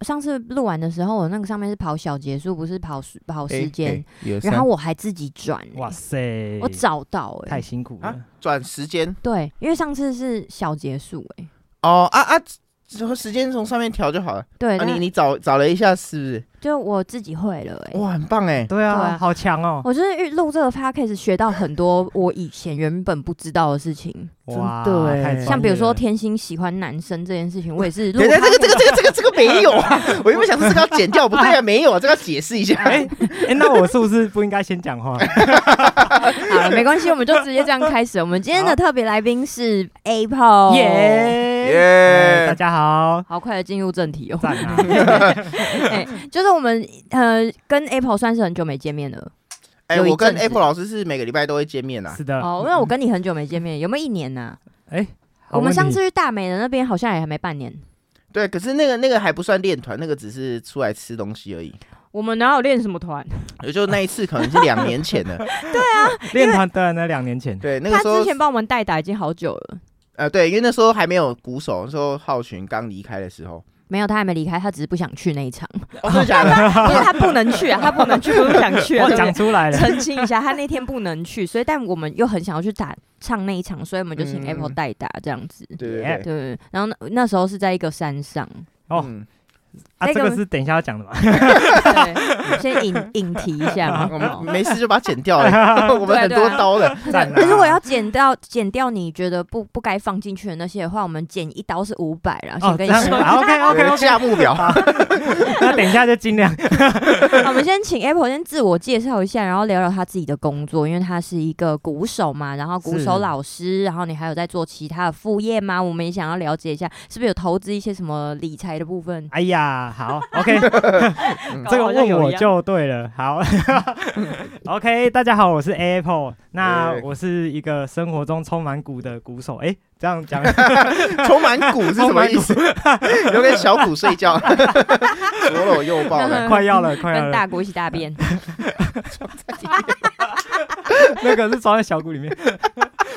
上次录完的时候，我那个上面是跑小结束，不是跑时跑时间，哎有然后三我还自己转、欸哇塞，我找到哎、太辛苦了啊。转时间对，因为上次是小结束哎、哦啊啊，之后时间从上面调就好了。对，啊，但你你找找了一下是就我自己会了哎、不是？哇，很棒哎！对对啊，啊好强哦！我就是录这个 podcast 学到很多我以前原本不知道的事情，真的哇，欸太专业了像比如说天心喜欢男生这件事情，我也是录 等一下，这个这 podcast 个这个这个这个没有啊！我原本想说这个要剪掉，不对啊，没有啊，这个要解释一下。 哎哎，那我是不是不应该先讲 话？好了，没关系，我们就直接这样开始。我们今天的特别来宾是 Apple， 耶！哎大耶！家好，好快的进入正题哦，赞 啊！哎就是我们呃跟 Apple 算是很久没见面了。哎，有一我跟阵子 Apple 老师是每个礼拜都会见面啊。是的，哦，那我跟你很久没见面，有没有一年呢、哎，好我们问上题次去大美人那边好像也还没半年。对，可是那个那个还不算练团，那个只是出来吃东西而已。我们哪有练什么团？也就那一次可能是两年前的，嗯练团的那两 年前，对，那个他时候之前帮我们代打已经好久了，呃，对，因为那时候还没有鼓手，那时候浩群刚离开的时候。没有，他还没离开，他只是不想去那一 场，哦，真的假的？不是他不能去啊，他不能去，不想去啊，我对不哦讲对出来了，澄清一下，他那天不能去，所以但我们又很想要去打唱那一场，所以我们就请嗯 Apple 代打这样子。 对对 Yeah 对。对，然后那那时候是在一个山 上，哦嗯，啊，那这个个是等一下要讲的吧？对，先引引提一下嘛。 我好们没事就把它剪掉 了，我们很多刀的。 赞啊！可是我要剪掉剪掉你觉得不不该放进去的那些的话，我们剪一刀是五百啦。哦先，这跟你样说， ，OK 有 OK 个 OK，价目表，那等一下就尽量。好 我们先请 Apple 先自我介绍一下，然后聊聊他自己的工作，因为他是一个鼓手嘛，然后鼓是手老师，然后你还有在做其他的副业吗？我们也想要了解一下，是不是有投资一些什么理财的部分？哎呀，好，OK，这个哦嗯好像问有一我样就对了。 好，OK，大家好，我是 Apple，那哎我是一个生活中充满鼓的鼓手。哎，这样讲充满鼓是什么意思？有点小鼓睡觉，左搂右抱 的。快要了，快要跟大了，鼓一起大 便，那个是装在小鼓里 面。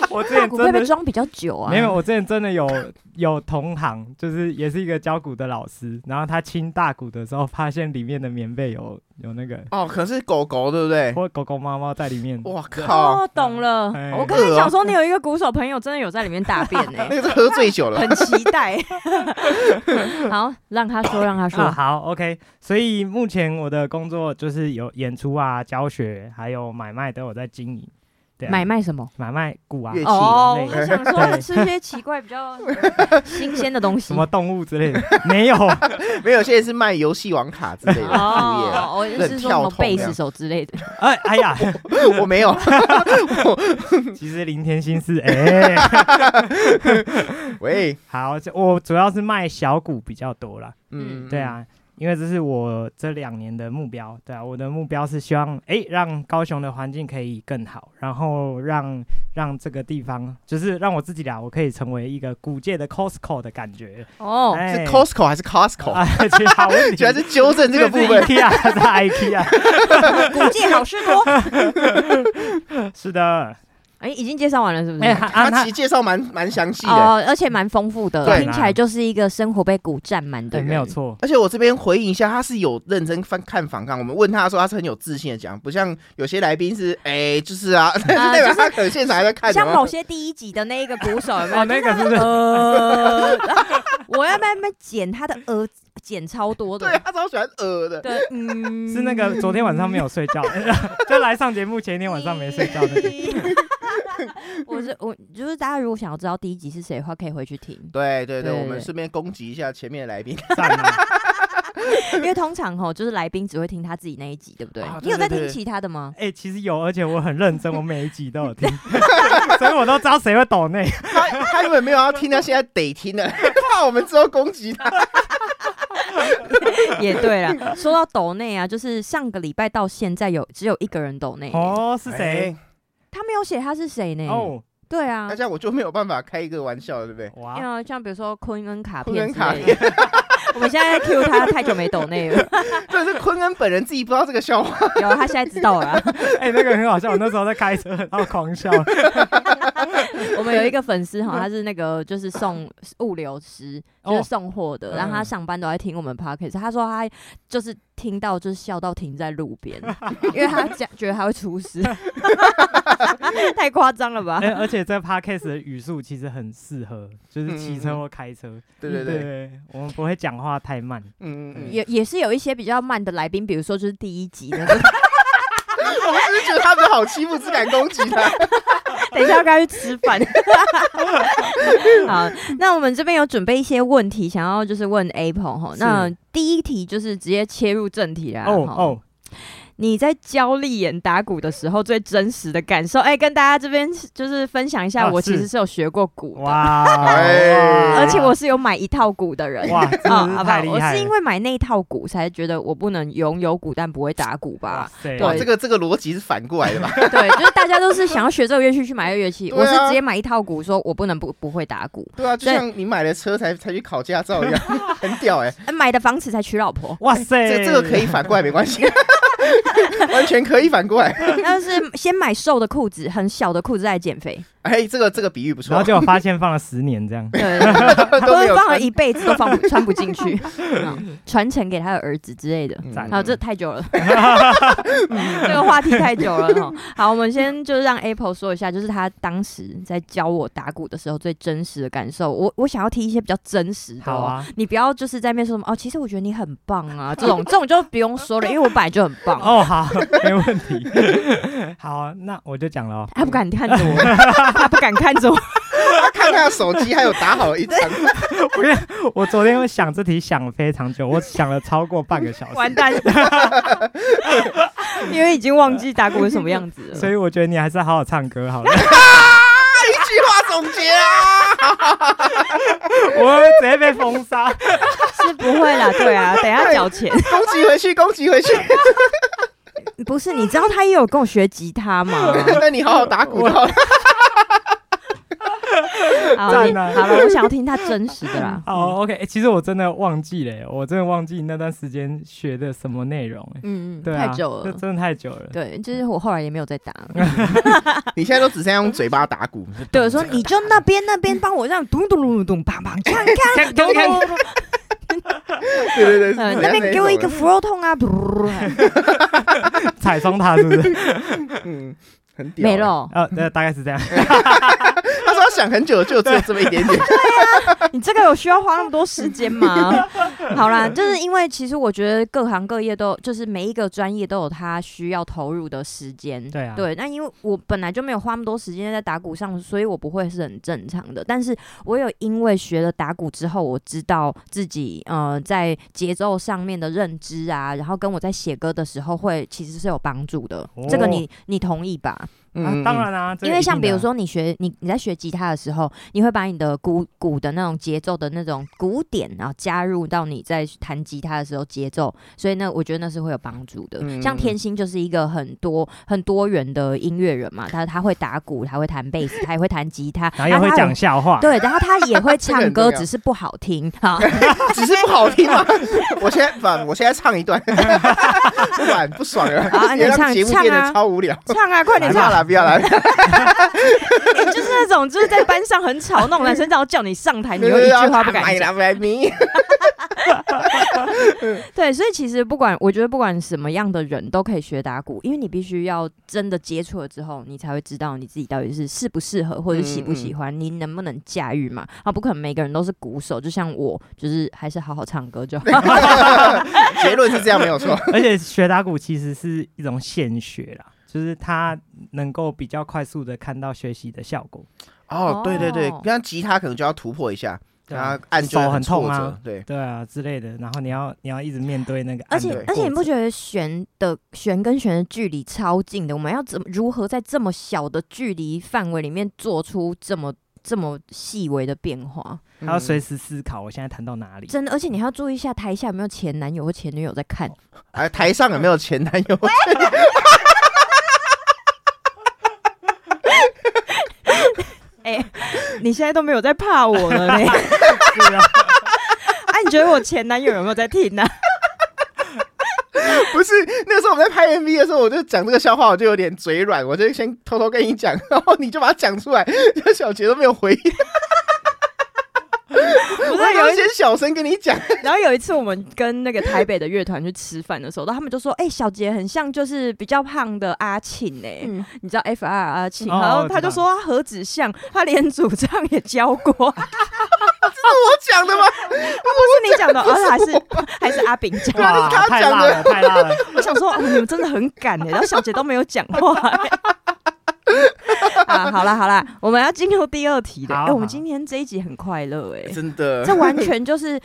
我之大前鼓会真被的装比较久啊。没有，我之前真的有有同行，就是也是一个教鼓的老师，然后他清大鼓的时候，发现里面的棉被有有那哎个哦，可是狗狗对不对？或狗狗猫猫在里面。啊哇靠，哦，懂了哎。我刚才想说，你有一个鼓手朋友真的有在里面大便欸 呢、那个是喝醉酒 了。很期待。好，让他说，让他啊，说。好，OK。所以目前我的工作就是有演出啊、教学，还有买卖都有在经营。对啊、买卖什么？买卖股啊乐，器哦，类我还想说吃一些奇怪、比 较新鲜的东西。什么动物 之类的，没有。没有，现在是卖游戏网卡之类的副业啊。哦，我就很是说什跳么痛贝这斯样手之类的。哎哎呀，我没有， 其实林天心是哎、喂，好，这我主要是卖小股比较多啦。嗯，对，啊，因为这是我这两年的目标。对啊，我的目标是希望哎、让高雄的环境可以更好，然后让让这个地方就是让我自己俩，我可以成为一个古界的 Costco 的感觉。哦，哎是 Costco 还是 Costco？啊，其实好问题，居 然是纠正这个部 分。 IKEA 是 IKEA， 哎古迹好事多。是的， 哎，已经介绍完了是不哎、是？他啊他嗯他其实介绍蛮蛮详细的，哦，而且蛮丰富的，对听起来就是一个生活被鼓占满的对，人。没有错，而且我这边回应一下，他是有认真翻看访纲。我们问他的时候，他是很有自信的讲，不像有些来宾是哎、就是 啊，但是代表他可能现场还在看。像有没有某些第一集的那一个鼓手有嗯 没有？哦那个就是不是呃， 我要慢慢剪他的呃，剪超多 对的。他超喜欢呃的，对，嗯，是那个昨天晚上没有睡觉， 就来上节目前一天晚上没睡觉的。 我是我，就是大家如果想要知道第一集是谁的话，可以回去听，对对对，对我们顺便攻击一下前面的来宾。 赞啊因为通常吼就是来宾只会听他自己那一集，对不对？哦啊你有在对听对对其他的吗？ 哎、其实有，而且我很认真，我每一集都有听，所以我都知道谁会抖内。哎他他原本没有要听，他现在得听了， 怕我们之后攻击他。也对啦，说到抖内啊，就是上个礼拜到现在有只有一个人抖内，欸哦，是谁？他没有写他是谁呢？哦，对哎？啊那，这样我就没有办法开一个玩笑了，对不对？哇，因为像比如说昆恩卡昆片恩之卡类的， 我们现在在 Q 他太久没抖内了，这是昆恩本人自己不知道这个笑话。有他现在知道了啊， 哎、那个很好笑，我那时候在开车，然后狂笑。我们有一个粉丝哈，他是那个就是送物流师，就是嗯哦送货的，嗯然后他上班都在听我们 podcast，他说他就是听到就是笑到停在路边， 因为他讲觉得他会出 事，太夸张了吧？哎、而且这 podcast 的语速其实很适合，就是骑车或开车。 对嗯对对对，我们不会讲话太慢。嗯嗯，嗯也也是有一些比较慢的来宾，比如说就是第一集那个， 我只是觉得他们好欺负，只敢攻击 他。 等一下要跟他去吃 饭。好，那我们这边有准备一些问题，想要就是问 Apple 哈。是那第一题就是直接切入正题啦。哦齁哦，你在教丽眼打鼓的时候最真实的感受，哎、跟大家这边就是分享一下，啊我其是实是有学过鼓的，哇！哦哎哇而且我是有买一套鼓的人。哇，真啊，的好是不好太？厉我害是了。因为买那一套鼓才觉得我不能拥有鼓，但不会打鼓吧哇？塞，对哇，这个这个逻辑是反过来的吧？对，就是大家都是想要学这个乐器去买乐器，对啊我是直接买一套鼓，说我不能不不会打鼓，对啊，就像你买了车才才去考驾 照一样，很屌哎、呃买的房子才娶老婆 哇塞，哎这这个可以反过来没 关系，完全可以反过来。但是先买瘦的裤子，很小的裤子再减肥，，哎，这个这个比喻不然错后，就发现放了十年这样 对，对对 都没有他放了穿。一辈子都放不穿不进去，嗯传承给他的儿子之类的。嗯赞好，这太久 了，这个话题太久了哈。好，我们先就是让 Apple 说一下，就是他当时在教我打鼓的时候最真实的感受。我我想要听一些比较真实的、哦好。啊。你不要就是在面说什么哦，其实我觉得你很棒啊，这种这种就不用说了，因为我本来就很棒。哦，好， 没问题。好啊，那我就讲了哦。他不敢看着我，他不敢看着 我，他啊看他的手机，还有打好了一张，啊我昨天想这题想了非常久，我想了超过半个小时，完蛋， 因为已经忘记打鼓是什么样子了。 所以我觉得你还是好好唱歌好了。 一句话总结 啊！我会直接被封杀。是不会啦，对啊，等一下缴钱。攻击回去，攻击 回去。 啊不是，你知道他也有跟我学吉他吗？ 那你好好打鼓就好了。好，你赞啊好了，我想要听他真实的啦。哦，OK，、欸其实我真的忘记了耶，我真的忘记那段时间学的什么内容耶。嗯，嗯，对、啊，太久这了。真的太久了。对，就是我后来也没有 再打了。你现在都只剩下用嘴巴打鼓，对，我说你就那边那边帮我让咚咚咚咚咚砰砰锵锵 咚咚咚咚，对对对，呃只剩下那边给我一个 f r o t o n 啊，噗踩双踏是 不是？这一首了，嗯，很屌。没。了。呃，呃大概是这样。他说他想很久，就只有这么一点点。你这个有需要花那么多时间 吗？好啦，就是因为其实我觉得各行各业都，就是每一个专业都有它需要投入的时间。对啊，，对，那因为我本来就没有花那么多时间在打鼓上，所以我不会是很正常的。但是我有因为学了打鼓之后，我知道自己呃在节奏上面的认知啊，然后跟我在写歌的时候会其实是有帮助的。这个哦你你同意吧？ 啊、当然啦、嗯这因为个一定像比的如啊，说你学你你在学吉他的时候，你会把你的鼓鼓的那种节奏的那种鼓点，然后加入到你在弹吉他的时候节奏，所以呢，我觉得那是会有帮助的。嗯像天心就是一个很多很多元的音乐人嘛，他他会打鼓，他会弹贝斯，他也会弹吉他，啊然后又会他讲笑话。对，然后他也 会这个唱很歌，重要只是不好听哈。只是不好听嘛。 我现在反，我现在唱一段，不管不爽了好啊，你也让唱节目唱变啊得超无聊。唱啊，快不点要唱！了，不要了，你就是那种就是在班上很吵那种男生，然后叫你上哎 台，你没又 有一句话不敢讲。来来咪。对，所以其实不管，我觉得不管什么样的人都可以学打鼓，因为你必须要真的接触了之后，你才会知道你自己到底是适不适合，或者嗯喜不喜欢，你能不能驾驭嘛？啊，不可能每个人都是鼓手，就像我，就是还是好好唱歌就好。 结论是这样，没有错。而且学打鼓其实是一种现学啦，就是它能够比较快速的看到学习的效果。哦，对对对哦，像吉他可能就要突破一下，对啊然后按就手很挫痛啊折，对，对啊之类的，然后你要你要一直面对那个而按的且过程，而且你不哦觉得弦的弦跟弦的距离超近的，我们要怎么如何在这么小的距离范围里面做出这么这么细微的变化？还要嗯随时思考我现在弹到哪里？真的，而且你还要注意一下台下有没有前男友或前女友在看。哎，台上有没有前男友？你现在都没有在怕我了 啊嘞。 是啊，啊 哎、你觉得我前男友有没有在听呢、 不是那个时候我们在拍 MV 的时候，我就讲这个笑话，我就有点嘴软，我就先偷偷跟你讲， 然后你就把它讲出来， 就小杰都没有回应， 不我是有有一一些小声跟你讲，然啊后有一次我们跟那个台北的乐团去吃饭的时候，然后他们就说：“哎、小杰很像就是比较胖的阿庆哎、嗯你知道 F R 阿庆？”哦然后他就说他何止像，他连主唱也教 过，我讲的吗？不是你讲的，而还是还是阿炳讲的。哇，他太讲辣的了，太辣 了！我想说，哦、你们真的很敢哎、然后小杰都没有讲话、欸。啊，好啦好啦，我们要进入第二题了。哎、好我们好今天这一集很快 乐哎、 真的这，完全就是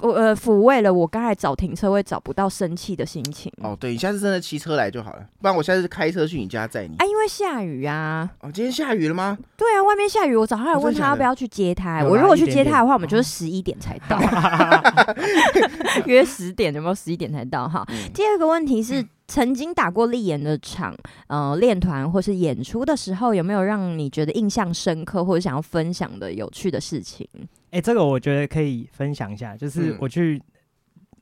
抚呃抚慰了我刚才找停车位找不到生气的心情。哦，对你下次真的骑车来就好了，不然我下次开车去你家载你啊，。因为下雨啊，哦，今天下雨了吗？对啊，外面下雨，我早上还哦问真的他假要不的要去接他、欸有我啦如果一去点接他的点话，我们就是哦十一点才 到， 约十点有没有？十一点才到哈。嗯第二个问题是，曾经打过立演的场，呃，练团或是演出的时候，有没有让你觉得印象深刻或者想要分享的有趣的事情？哎，这个我觉得可以分享一下，就是嗯我去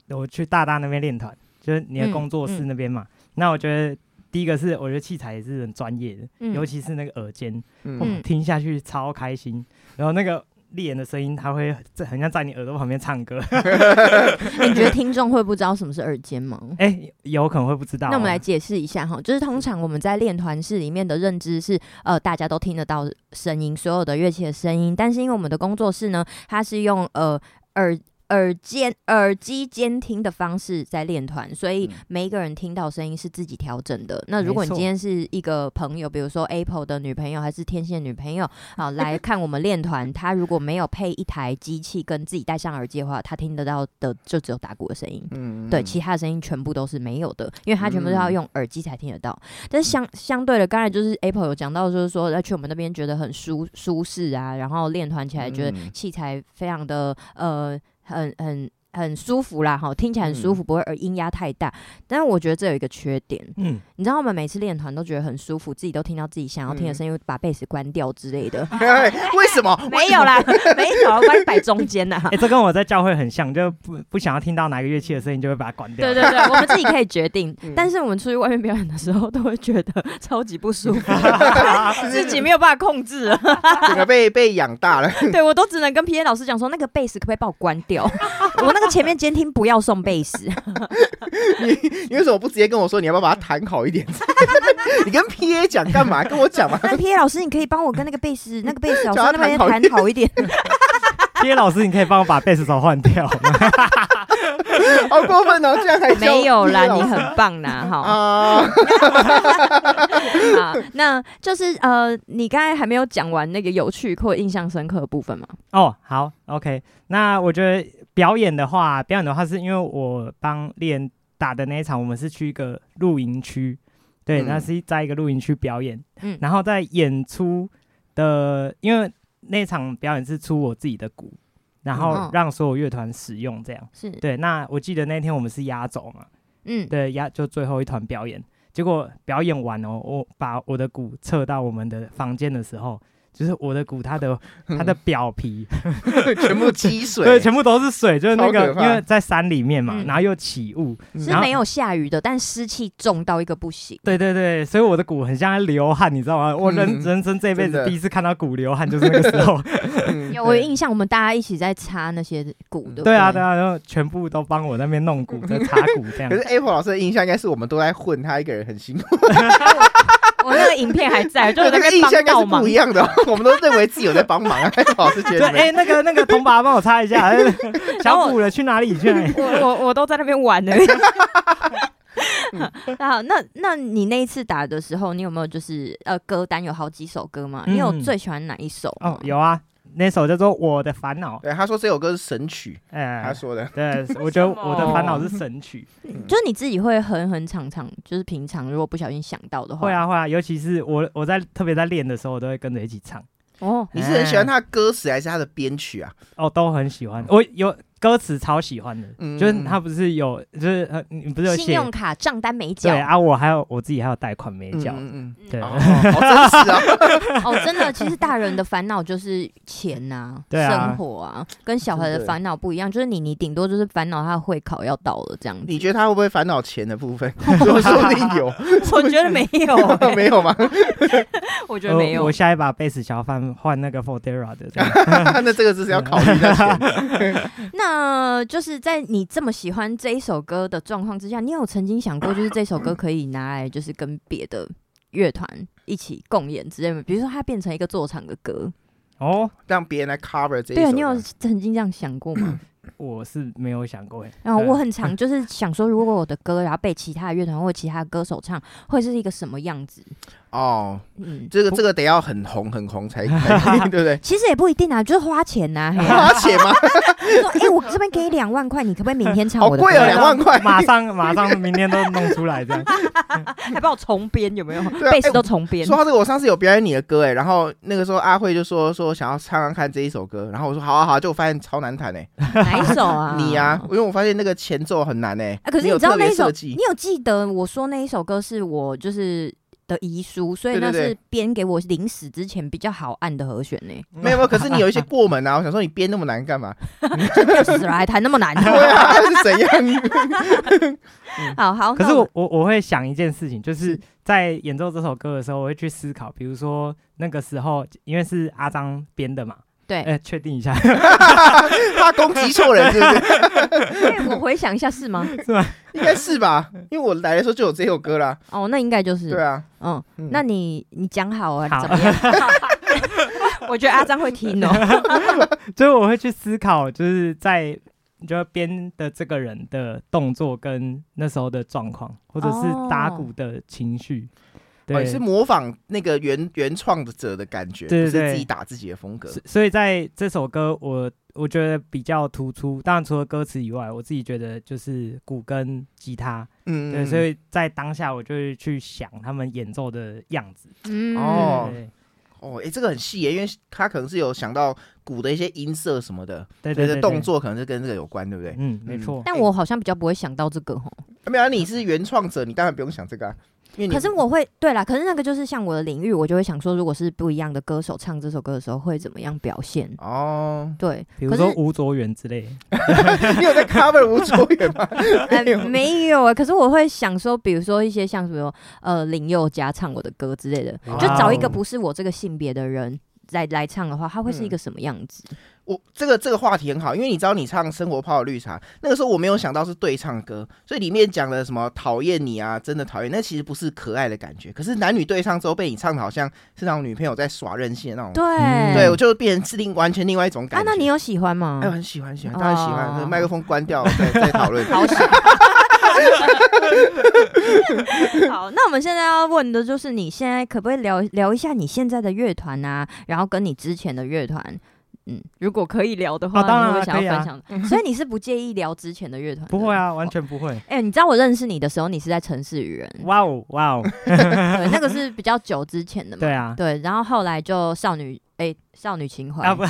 我去大大那边练团，就是你的嗯工作室嗯那边嘛。那我觉得第一个是，我觉得器材也是很专业的，嗯尤其是那个耳尖，嗯哦，听下去超开心。然后那个丽妍的声音，她会在很像在你耳朵旁边唱歌。 欸你觉得听众会不知道什么是耳尖 吗？哎，有可能会不知道哦。那我们来解释一下哈，就是通常我们在练团室里面的认知是，呃，大家都听得到声音，所有的乐器的声音，但是因为我们的工作室呢，它是用呃耳。耳监耳机监听的方式在练团，所以嗯每一个人听到声音是自己调整的。那如果你没错今天是一个朋友，比如说 Apple 的女朋友还是天线女朋友，好来看我们练团，他如果没有配一台机器跟自己戴上耳机的话，他听得到的就只有打鼓的声音。嗯 对，其他的声音全部都是没有的，因为它全部都要嗯用耳机才听得到。但是相相对的，刚才就是 Apple 有讲到，就是说要去我们那边觉得很舒舒适啊，然后练团起来觉得嗯器材非常的呃很很很舒服啦，哈，听起来嗯很舒服，不会耳音压太大。但是我觉得这有一个缺点，嗯，你知道我们每次练团都觉得很舒服，自己都听到自己想要听嗯的声音，把贝斯关掉之 类的。哎为什 么？没有啦，没有，把你摆中间啊呐、哎、这跟我在教会很像，就不不想要听到哪个乐器的声音，就会把它关掉。对对对，我们自己可以决定 嗯，但是我们出去外面表演的时候，都会觉得 超级不舒 服，自己没有办法控制了。啊 整个被被养大了。 对我都只能跟 P A 老师讲说，那个贝斯可不可以帮我关掉？ 我那个前面监听不要送贝斯。 你为什么不直接跟我说？你要不要把它弹好一点？ 你跟 PA 讲干嘛？跟我讲嘛。那 P A 老师，你可以帮我跟那个贝斯，那个贝斯老师叫他那边弹好弹一好一点。 今天老师，你可以帮我把贝斯手换掉吗？好过分哦！这样还叫没有啦， PA 你很棒 啦，哈。哦啊，啊，那就是呃，你刚才还没有讲完那个有趣或印象深刻的部分嘛？哦，好，OK。那我觉得表演的话，表演的话是因为我帮练打的那一场，我们是去一个露营区，对，嗯那是在一个露营区表演。嗯然后在演出的，因为那场表演是出我自己的鼓，然嗯后让所有乐团使用这样。是，对，那我记得那天我们是压轴嘛，嗯，对，压就最后一团表演，结果表演完哦，我把我的鼓撤到我们的房间的时候，就是我的鼓它的它的表皮， 全部积水，对，全部都是水，就是那超个可怕因为在山里面嘛，嗯然后又起雾，是嗯嗯然后没有下雨的，但湿气重到一个不行。对对对，所以我的鼓很像在流汗，你知道吗？我人、嗯人生这辈真子的第一次看到鼓流汗就是那个时 候，嗯有我有印象，我们大家一起在擦那些鼓，对不对啊对啊。啊，然后全部都帮我那边弄鼓，在擦鼓这样可。是 Apple 老师的印象应该是我们都在混，他一个人很辛苦。 我那个影片还在，就那是那个 边印象帮应该倒是忙不一。样的哦，我们都认为自己有在帮忙 啊。Apple 老师觉对，得哎、没，那个那个铜把帮我擦一 下，哎小鼓了去哪里去哪 哎里？我我我都在那边玩呢。那好，那那你那一次打的时候，你有没有就是呃歌单有好几首歌嘛？你有嗯最喜欢哪一首？哦，，有啊，那首叫做《我的烦恼》。对他说这首歌是神曲，他呃，说的。对，我觉得为什么我的烦恼是神曲。嗯就是你自己会哼哼唱唱，就是平常如果不小心想到的话，会，啊会啊，尤其是我我在特别在练的时候，我都会跟着一起唱。哦，哎你是很喜欢他的歌词还是他的编曲啊？哦，都很喜欢。我有歌词超喜欢的，嗯就是他不是有，就是呃你不是有信写用卡账单没对缴啊，我还有我自己还有贷款没缴，嗯嗯对嗯，哦， 好真实啊，哦，真的，其实大人的烦恼就是钱呐、 对啊生活啊，跟小孩真的的烦恼不一样。就是你，你顶多就是烦恼他会考要到了这样子。你觉得他会不会烦恼钱的部分？ 说说不定有， 我觉得没 有、欸没有吗？我觉呃得没有我。下一把贝斯小贩换那个 Fodera 的，这样那这个就是要考虑的钱。那就是在你这么喜欢这一首歌的状况之下，你有曾经想过，就是 这首歌可以拿来就是跟别的乐团一起共演之类的？比如说它变成一个做场的歌，哦，让别人来 cover 这一首。对啊，你有曾经这样想过 吗？我是没有想过哎，然后对我很常就是想说，如果我的歌然后被其他的乐团或其他歌手唱，会是一个什么样子？哦，嗯，这个这个得要很红很红才可 以，对不对？其实也不一定啊，就是花钱 呐、嘿啊。花钱吗？就说，哎、我这边给你两万块，你可不可以明天唱好我的歌？ 贵哦，两万块。马上马上明天都弄出来这样，还帮我重编有没哎有？啊 贝斯都重编。 说到这个，我上次有表演你的歌哎，然后那个时候阿慧就说说想要唱唱看这一首歌，然后我说好啊好啊，就我发现超难弹哎，哪一首啊？你呀，因为我发现那个前奏很难哎啊，可是有你知道特别那一首设计你有记得我说那一首歌是我就是的遗书，所以对对那对是编给我临死之前比较好按的和弦呢、 没有没有，可是你有一些过门啊， 我想说你编那么难干嘛？ 死了还弹那么难。对啊，是怎样？好好， 可那是我我我我会想一件事情，就是是在演奏这首歌的时候，我会去思考，比如说那个时候，因为是阿张编的嘛，对呃，确定一下，他攻击错人是不是？因为我回想一下是吗？应该是吧，因为我来的时候就有这首歌啦。哦，那应该就是对啊，嗯，嗯那你你讲好啊，好怎么 样？ 我觉得阿张会听哦。就是我会去思考，就是在就编的这个人的动作跟那时候的状况，或者哦是打鼓的情绪，哦对，你是模仿那个原原创者的感觉，对对不对是自己打自己的风格。所所以在这首歌我。我觉得比较突出，当然除了歌词以外，我自己觉得就是鼓跟吉他，嗯对，所以在当下我就会去想他们演奏的样子。嗯哦对哦，哎、这个很细耶，因为他可能是有想到鼓的一些音色什么的，对所以对这对，动作可能是跟这个有关，对不对对，？嗯，没错。但我好像比较不会想到这个吼，啊没有、啊，你是原创者，你当然不用想这个、啊，因为你可是我会对啦，可是那个就是像我的领域，我就会想说，如果是不一样的歌手唱这首歌的时候，会怎么样表现？，哦 对，比如可是说吴卓源之类，你有在 cover 吴卓源 吗？哎没有没有啊，可是我会想说，比如说一些像什么呃林宥嘉唱我的歌之类的，哇就找一个哦不是我这个性别的人来来唱的话，他会是一嗯个什么样子？我这个这个话题很好，因为你知道你唱《生活泡的绿茶》，那个时候我没有想到是对唱歌，所以里面讲了什么讨厌你啊，真的讨厌，那其实不是可爱的感觉，可是男女对唱之后被你唱的好像是那种女朋友在耍任性的那种，对，嗯对我就变成是另完全另外一种感啊，觉。那你有喜欢吗哎，？我很喜欢，喜欢，当然喜欢。哦这麦克风关掉，再再讨论。好， 好，那我们现在要问的就是，你现在可不可以聊聊一下你现在的乐团啊？然后跟你之前的乐团，嗯，如果可以聊的话，哦当然啊你会想可以要啊分享。所以你是不介意聊之前的乐团？不会。啊，完全 不会。哎、你知道我认识你的时候，你是在城市与 人，哇哦哇哦，对，那个是比较久之前的嘛。对啊，对，然后后来就少女，哎、少女情怀啊不，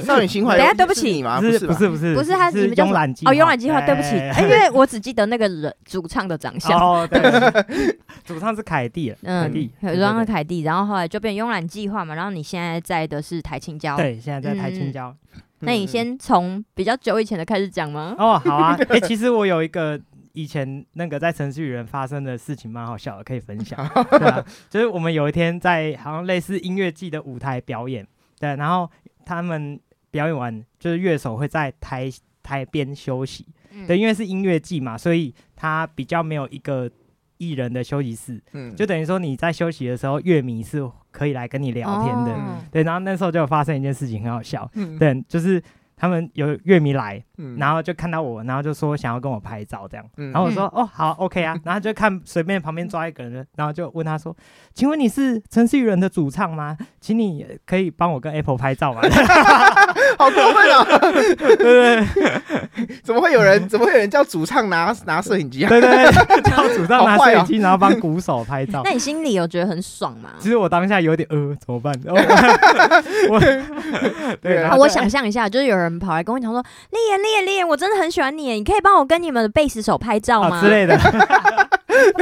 少女情怀。等一下对不起是你吗？不啊是是不吧？是不是不是他你是们叫什慵么懒计哦，慵懒计划，对不起，哎哎因为我只记得那个人主唱的长相。 哦，对， 主唱是凯蒂，凯嗯蒂，，有对装了对凯蒂，然后后来就变慵懒计划嘛，然后你现在在的是台青交，对，对现嗯在在台青交。那嗯你先从比较久以前的开始讲吗？哦，好啊， 哎，其实我有一个。以前那个在程序员发生的事情蛮好笑的，可以分 享。对啊，就是我们有一天在好像类似音乐季的舞台表演，对，然后他们表演完，就是乐手会在台台边休息，嗯对，因为是音乐季嘛，所以它比较没有一个艺人的休息室，嗯，就等于说你在休息的时候，乐迷是可以来跟你聊天的。哦对，然后那时候就有发生一件事情很好笑，嗯对，就是他们有乐迷来，嗯然后就看到我，然后就说想要跟我拍照这样，嗯然后我说哦好 OK 啊，然后就看随便旁边抓一个人，然后就问他说，请问你是陈思宇人的主唱吗？请你呃可以帮我跟 Apple 拍照吗？ 好过分啊！ 怎么会有人？怎么会有人叫主唱拿拿摄影机啊？对对对，叫主唱拿好坏摄哦影机，然后帮鼓手拍照那。你心里有觉得很爽吗？其实我 当下有点呃，怎么办？哦、我我对，对然啊，后我就想象一下，就是有人人跑来跟我讲说：“丽妍，丽妍，丽妍，我真的很喜欢你耶，你可以帮我跟你们的贝斯手拍照吗？”啊之类的，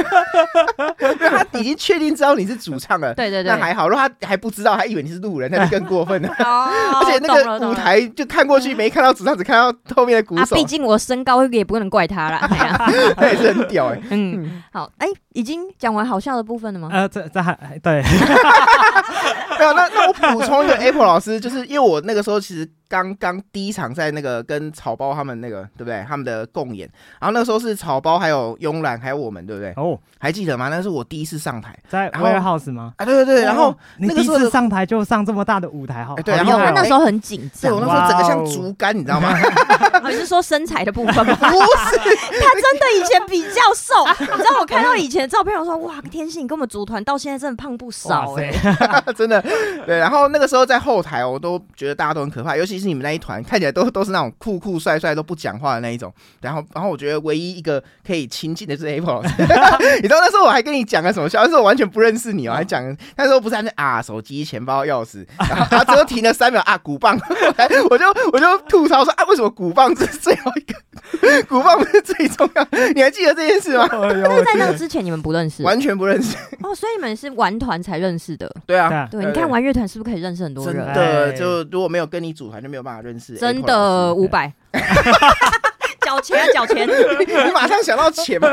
他 已经确定知道你是主唱了，对对对，那还好。如果他还不知道，还以为你是路人，那 就更过分了。哦， 而且那懂了个懂舞了台就看过去没看到主唱，只看到后面的鼓啊， 手毕，竟我身高也不能怪他 啦。哎呀那也是很屌哎。嗯，好，哎，已经讲完好笑的部分了啊吗？呃，这这还对，没有，那那我补充 一个 Apple 老师，就是因为我那个时候其实刚刚第一场在那个跟草包他们那个对不对？他们的共演，然后那个时候是草包还有慵懒还有我们对不对？ 哦，还记得吗？那是我第一次上台在然后 warehouse 吗？啊，对对对，然后哦你那个第一时候次上台就上这么大的舞台，好，哎对好然厉后因为害他哦那时候很紧对张我那啊，时候整个像哇哦竹竿，你知道吗？ 你是说身材的部分吗？不是，他真的以前比较瘦， 你知道我看到以前的照片，我说哇，天性跟我们组团到现在真的胖不少哇哎、塞真的对。然后那个时候在后台，我都觉得大家都很可怕，尤其是你们那一团，看起来都都 是那种酷酷帅帅都不讲话的那一种。然后，然后我觉得唯一一个可以亲近的就是 Apple 老师。 你知道那时候我还跟你讲个什么笑？那时候我完全不认识你哦，还讲那时候不是还是啊手机、钱包、钥匙， 然后然后只有停了三秒啊鼓棒， 我就我就吐槽说啊为什么鼓棒是最后一个， 鼓棒不是最重要？你还记得这件事吗？ 哎呦 那我个在记那得个之前你们不认 识完全不认识，哦，所以你们是玩团才认识的。对啊对。啊对，对你看玩乐团是不是可以认识很多真人？的，哎就如果没有跟你组团，就没有办法认识哎 Apple 老师。真的五百，缴钱啊缴钱。你马上想到钱嘛？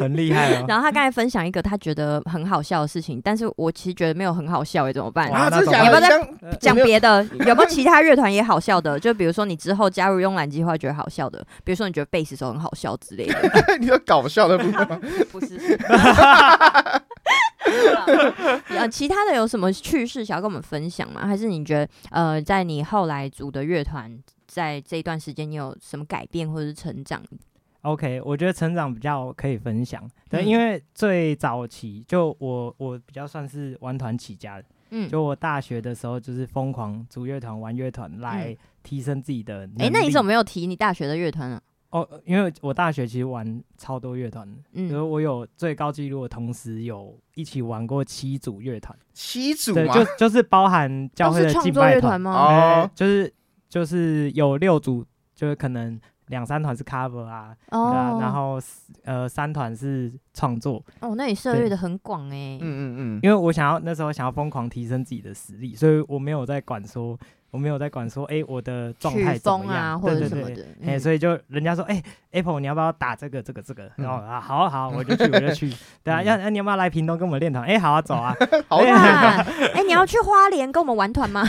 很厉害哦。然后他刚才分享一个他觉得很好笑的事情，但是我其实觉得没有很好笑哎、怎么办？哇啊，真的假你的？们在像讲有没有别的，有没有其他乐团也好笑的？就比如说你之后加入慵懒计划觉得好笑的，比如说你觉得贝斯手很好笑之类的，你说搞笑的部分吗？不是？是呃，其他的有什么趣事想要跟我们分享吗？还是你觉得呃，在你后来组的乐团，在这一段时间你有什么改变或者是成长？ OK，我觉得成长比较可以分享，对，嗯因为最早期就我我比较算是玩团起家的，嗯，就我大学的时候就是疯狂组乐团、玩乐团来提升自己的能嗯力。哎、那你怎么没有提你大学的乐团啊？哦？因为我大学其实玩超多乐团的，比嗯，如我有最高纪录，我同时有一起玩过七组乐团，七组对，吗？就就是包含教都会是的创敬作拜乐团吗？哦哎就是就是有六组，就是可能两三团是 cover 啊，对啊，然后呃三团是创作，哦，那你涉对猎的很广哎、嗯嗯嗯，因为我想要那时候想要疯狂提升自己的实力，所以我没有在管说，我没有在管说，哎、我的状态曲怎风么样，啊或者对什对么对的，哎、嗯所以就人家说，哎、a p p l e 你要不要打这个这个这个？嗯然后啊，好啊好啊，我就去我就 去，对啊，要、啊、你要不要来屏东跟我们练团？哎、好啊，走 啊，好哎惨。哇哎，你要去花莲跟我们玩团吗？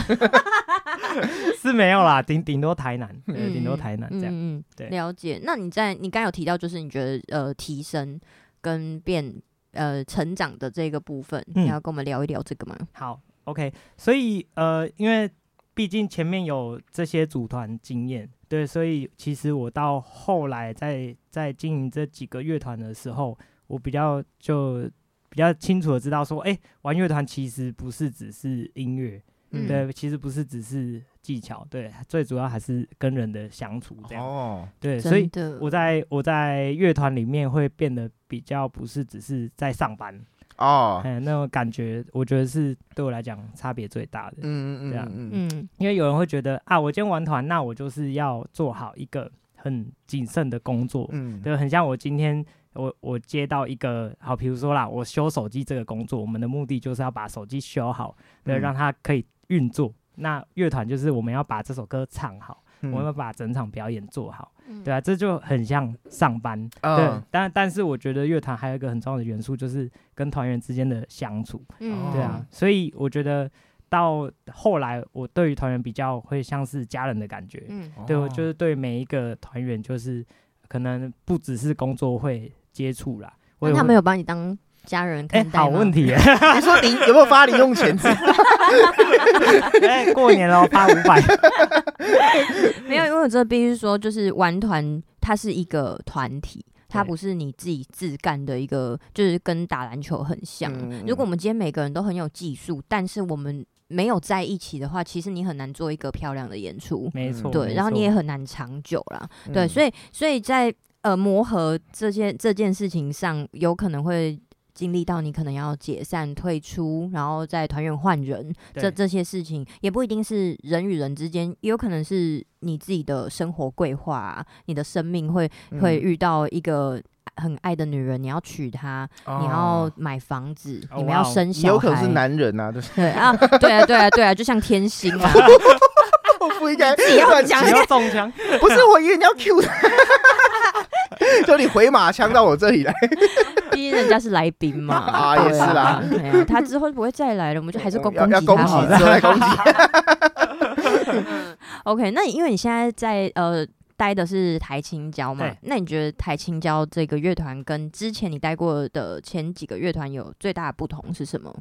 是没有啦，顶顶多台南，对嗯顶、多台南这样。嗯嗯，对了解。那你在你刚有提到，就是你觉得呃提升跟变呃成长的这个部分，嗯你要跟我们聊一聊这个吗？好，OK，所以呃，因为毕竟前面有这些组团经验，对，所以其实我到后来在在经营这几个乐团的时候，我比较就比较清楚的知道说，哎、玩乐团其实不是只是音乐，嗯对，其实不是只是技巧，对，最主要还是跟人的相处这样，哦，对，所真以。的，我在我在乐团里面会变得比较不是只是在上班，哦，哎，那种感觉，我觉得是对我来讲差别最大的。嗯嗯对啊嗯嗯，嗯因为有人会觉得啊，我今天玩团，那我就是要做好一个很谨慎的工作，嗯对，很像我今天我我接到一个好，比如说啦，我修手机这个工作，我们的目的就是要把手机修好，对，嗯让它可以运作。那乐团就是我们要把这首歌唱好，嗯我们要把整场表演做好，嗯对啊，这就很像上班，对嗯，但但是我觉得乐团还有一个很重要的元素，就是跟团员之间的相处。嗯对啊，所以我觉得到后来，我对于团员比较会像是家人的感觉。嗯对，我哦就是对每一个团员，就是可能不只是工作会接触啦。我那也他会们有把你当家人哎、看待好问题，题耶！你说零有没有发零用 钱？哎、过年了，发五 百。没有，因为我真的必须说，就是玩团它是一个团体。它对不是你自己自干的一个，就是跟打篮球很像。嗯如果我们今天每个人都很有技术，但是我们没有在一起的话，其实你很难做一个漂亮的演出。没错，对，哦没然后你错嗯也很难长久啦。对，所以以所以在呃磨合这件这件事情上，有可能会经历到你可能要解散、退出，然后再团员换人，对这这些事情也不一定是人与人之间，也有可能是你自己的生活规划啊、你的生命会嗯会遇到一个很爱的女人，你要娶她，你要买房子，哦你们要哇哦生嗯你小孩，有可能是男人呐、啊， 就是对啊，对啊，对啊，对啊，就像天星 啊，我不应该己要乱讲接你要 中枪，不是我以为你要 Q 他， 就你回马枪到我 这里来。毕竟人家是来宾嘛，啊对也是啦对啊，他之后不会再来了，我们就呃还是够要攻要击攻他击，好了。之后再攻击。 OK，那你因为你现在在呃待的是台青交嘛对，那你觉得台青交这个乐团跟之前你待过的前几个乐团有最大的不同是什么？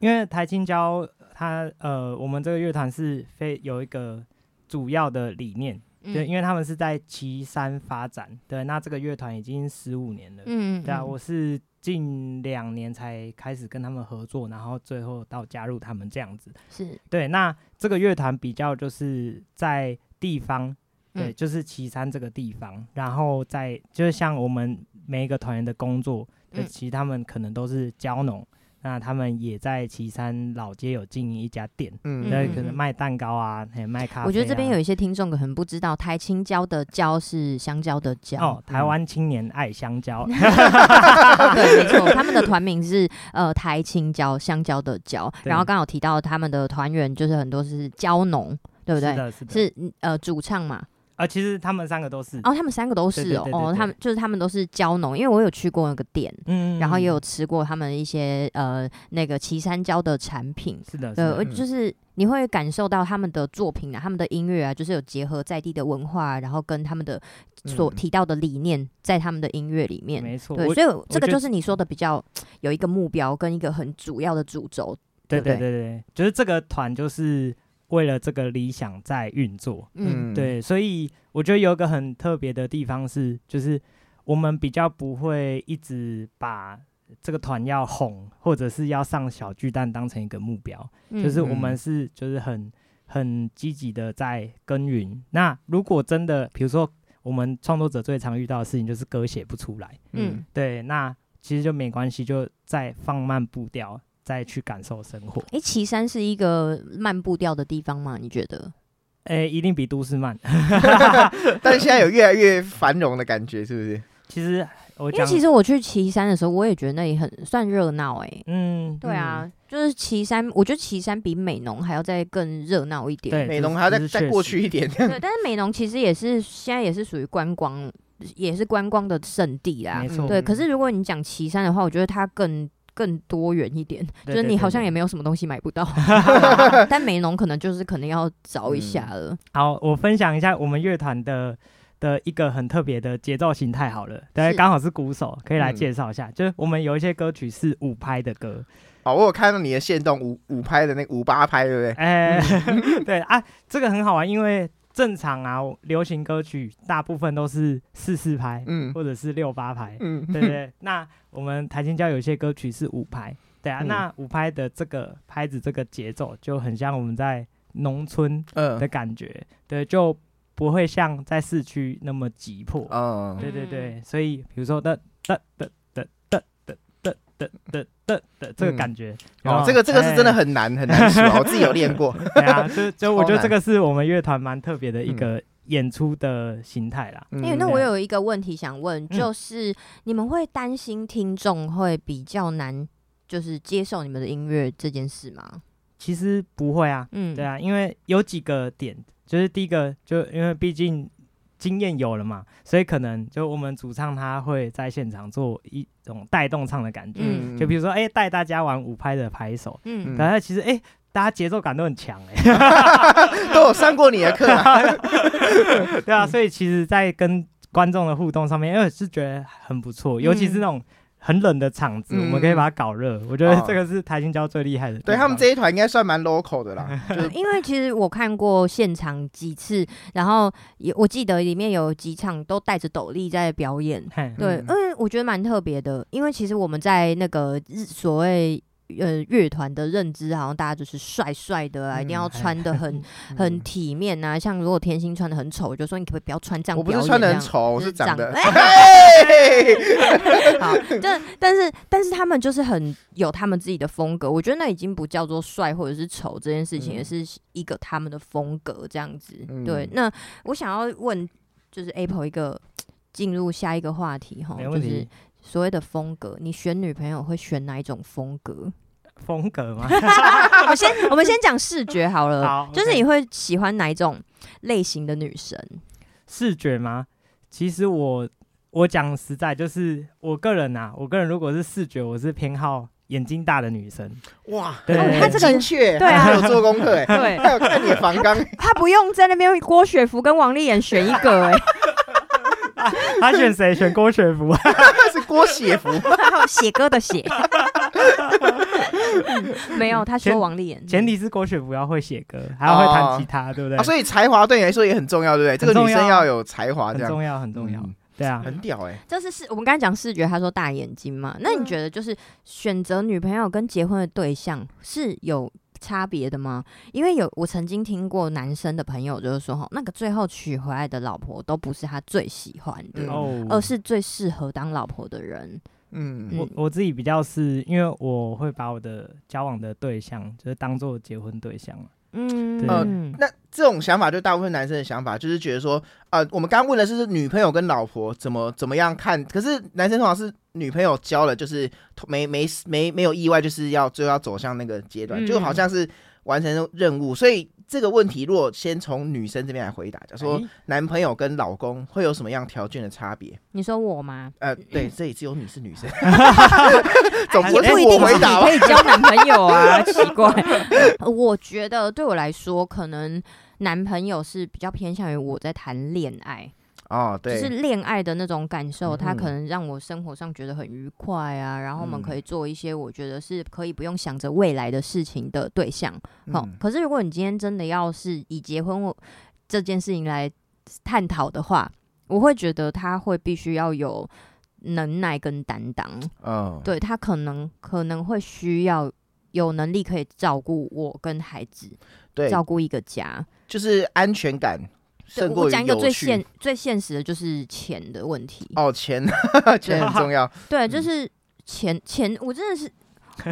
因为台青交它呃，我们这个乐团是非有一个主要的理念，对，嗯因为他们是在岐山发展，对，那这个乐团已经十五年了，嗯，对啊，嗯我是近两年才开始跟他们合作，然后最后到加入他们这样子。是对，那这个乐团比较就是在地方，对，嗯就是岐山这个地方，然后在就是像我们每一个团员的工作，对，嗯其实他们可能都是蕉农，那他们也在岐山老街有经营一家店，嗯对，嗯可能卖蛋糕啊，还卖咖啡啊、我觉得这边有一些听众可能不知道，台青交的交是香蕉的蕉哦，台湾青年爱香蕉， 对，没错，他们的团名是呃台青椒香蕉的蕉，对然后刚好提到他们的团员就是很多是蕉农，对不 是对？的，是的，是呃主唱嘛，啊，其实他们三个都是，哦，他们三个都是哦，对对对对哦，对他们就是他们都是蕉农，因为我有去过那个店，嗯然后也有吃过他们一些呃那个岐山椒的产品，是的，是对，的我嗯就是你会感受到他们的作品啊，他们的音乐啊，就是有结合在地的文化，啊然后跟他们的所嗯提到的理念，在他们的音乐里面，没错，对，我所以这个觉得就是你说的比较有一个目标跟一个很主要的主轴。对对对不对对，就是这个团就是为了这个理想在运作。嗯，对，所以我觉得有一个很特别的地方是，就是我们比较不会一直把这个团要红，或者是要上小巨蛋当成一个目标，嗯嗯就是我们是就是很很积极的在耕耘。那如果真的，比如说我们创作者最常遇到的事情就是歌写不出来，嗯对，那其实就没关系，就再放慢步调，再去感受生活。哎，岐山是一个慢步调的地方吗？你觉得？诶、一定比都市慢。 嗯但现在有越来越繁荣的感觉，是不是？其实我因为讲，其实我去岐山的时候，我也觉得那里很算热闹哎、嗯，对啊，就是岐山，我觉得岐山比美浓还要再更热闹一点。 对美这容是还要再这是再确过实去一点， 对，但是美浓其实也是现在也是属于观光，也是观光的圣地啦没。错，对，嗯可是如果你讲岐山的话，我觉得它更更多元一点，对就是对你对好像对也没有什么东西买不 到，但美浓可能就是可能要找一下了。好，我分享一下我们乐团的的一个很特别的节奏形态好了。对，是刚好是鼓手，可以来嗯介绍一下。就是我们有一些歌曲是五拍的歌，好，哦我有看到你的线动五五拍的那个五八拍，对不对？哎、嗯 对啊，这个很好玩，因为正常啊，流行歌曲大部分都是四四拍嗯或者是六八拍， 嗯，对对对，那我们台青教有些歌曲是五拍，对啊，嗯那五拍的这个拍子这个节奏就很像我们在农村的嗯感觉，对，就不会像在市区那么急迫。嗯，对对对，所以比如说的的的的的的的的的的的这个感觉，哎哦，这个这个是真的很难很难数 啊，我自己有练过。对 啊，就哦 就我觉超难得这个是我们乐团蛮特别的一个演出的形态啦。哎、嗯那我有一个问题想问，嗯就是你们会担心听众会比较难，就是接受你们的音乐这件事吗？其实不会啊，嗯，对，啊，因为有几个点，就是第一个，就因为毕竟经验有了嘛，所以可能就我们主唱他会在现场做一种带动唱的感觉，嗯就比如说哎、带大家玩五拍的拍手，嗯嗯然后其实哎、大家节奏感都很强哎、 都有上过你的课啊啦， 对嗯啊，所以其实，在跟观众的互动上面，因为是觉得很不错，尤其是那种。很冷的场子，嗯我们可以把它搞热。我觉得哦这个是台青椒最厉害的地方。对他们这一团应该算蛮 local 的 啦，嗯就是因为其实我看过现场几次，然后也我记得里面有几场都带着斗笠在表演，嘿对，嗯因为我觉得蛮特别的，因为其实我们在那个日所谓呃乐团的认知，好像大家就是帅帅的啊，一定要嗯还穿的很很嗯体面啊。像如果甜心穿的很丑，我就说你可不可以不要穿这样我不表演是这样？穿的很丑，我就是长长得。 哎嘿好，但但是但是他们就是很有他们自己的风格，我觉得那已经不叫做帅或者是丑这件事情，嗯也是一个他们的风格这样子。嗯对，那我想要问，就是 Apple 一个进入下一个话题哦哈，没就问是题。所谓的风格，你 选女朋友会选哪一种风格？风 格嘛，我们先我们先讲视觉好了，好就是 OK 你会喜欢哪一种类型的女生？视觉吗？其实我我讲实在，就是我个人啊，我个人如果是视觉，我是偏好眼睛大的女生。哇，对很他这哦个精确，对啊他有做功课哎， 对他有看你的房纲，他不用在那边郭雪芙跟王丽妍选一个、 欸，他选谁？选郭雪芙。啊他是郭写福，还有写歌的写， 没有，他说前王丽妍，前提是郭雪芙要会写歌，还要会弹吉他， 对不对？啊，所以才华对你来说也很重要，对不对？这个很女重要生要有才华，很这样重要，很重要嗯。对啊，很屌哎。这是视我们刚才讲视觉，他说大眼睛嘛，那你觉得就是选择女朋友跟结婚的对象是有差别的吗？因为有我曾经听过男生的朋友就是说，哈，那个最后娶回来的老婆都不是他最喜欢的，嗯哦，而是最适合当老婆的人。嗯，我我自己比较是因为我会把我的交往的对象就是当做结婚对象嘛。对嗯，那这种想法就大部分男生的想法，就是觉得说，呃，我们刚刚问的是女朋友跟老婆怎么怎么样看，可是男生通常是女朋友交了，就是没没没没有意外，就是要就要走向那个阶段，嗯就好像是完成任务。所以这个问题，如果先从女生这边来回答，就说 哎男朋友跟老公会有什么样条件的差别？你说我 吗？呃，对，这里只有你是女 生，总不也是不一哎我定回是答你吧可？以交男朋友啊，奇怪。我觉得对我来说，可能男朋友是比较偏向于我在谈恋爱，哦，就对，是恋爱的那种感受，嗯他可能让我生活上觉得很愉快啊，然后我们嗯可以做一些我觉得是可以不用想着未来的事情的对象。好、嗯可是如果你今天真的要是以结婚我这件事情来探讨的话，我会觉得他会必须要有能耐跟担当。哦，对他可能可能会需要有能力可以照顾我跟孩子，对，照顾一个家。就是安全感对胜我过于讲一个有最趣现最现实的就是钱的问题。哦，钱 钱很 重要。对，嗯就是钱钱，我真的是。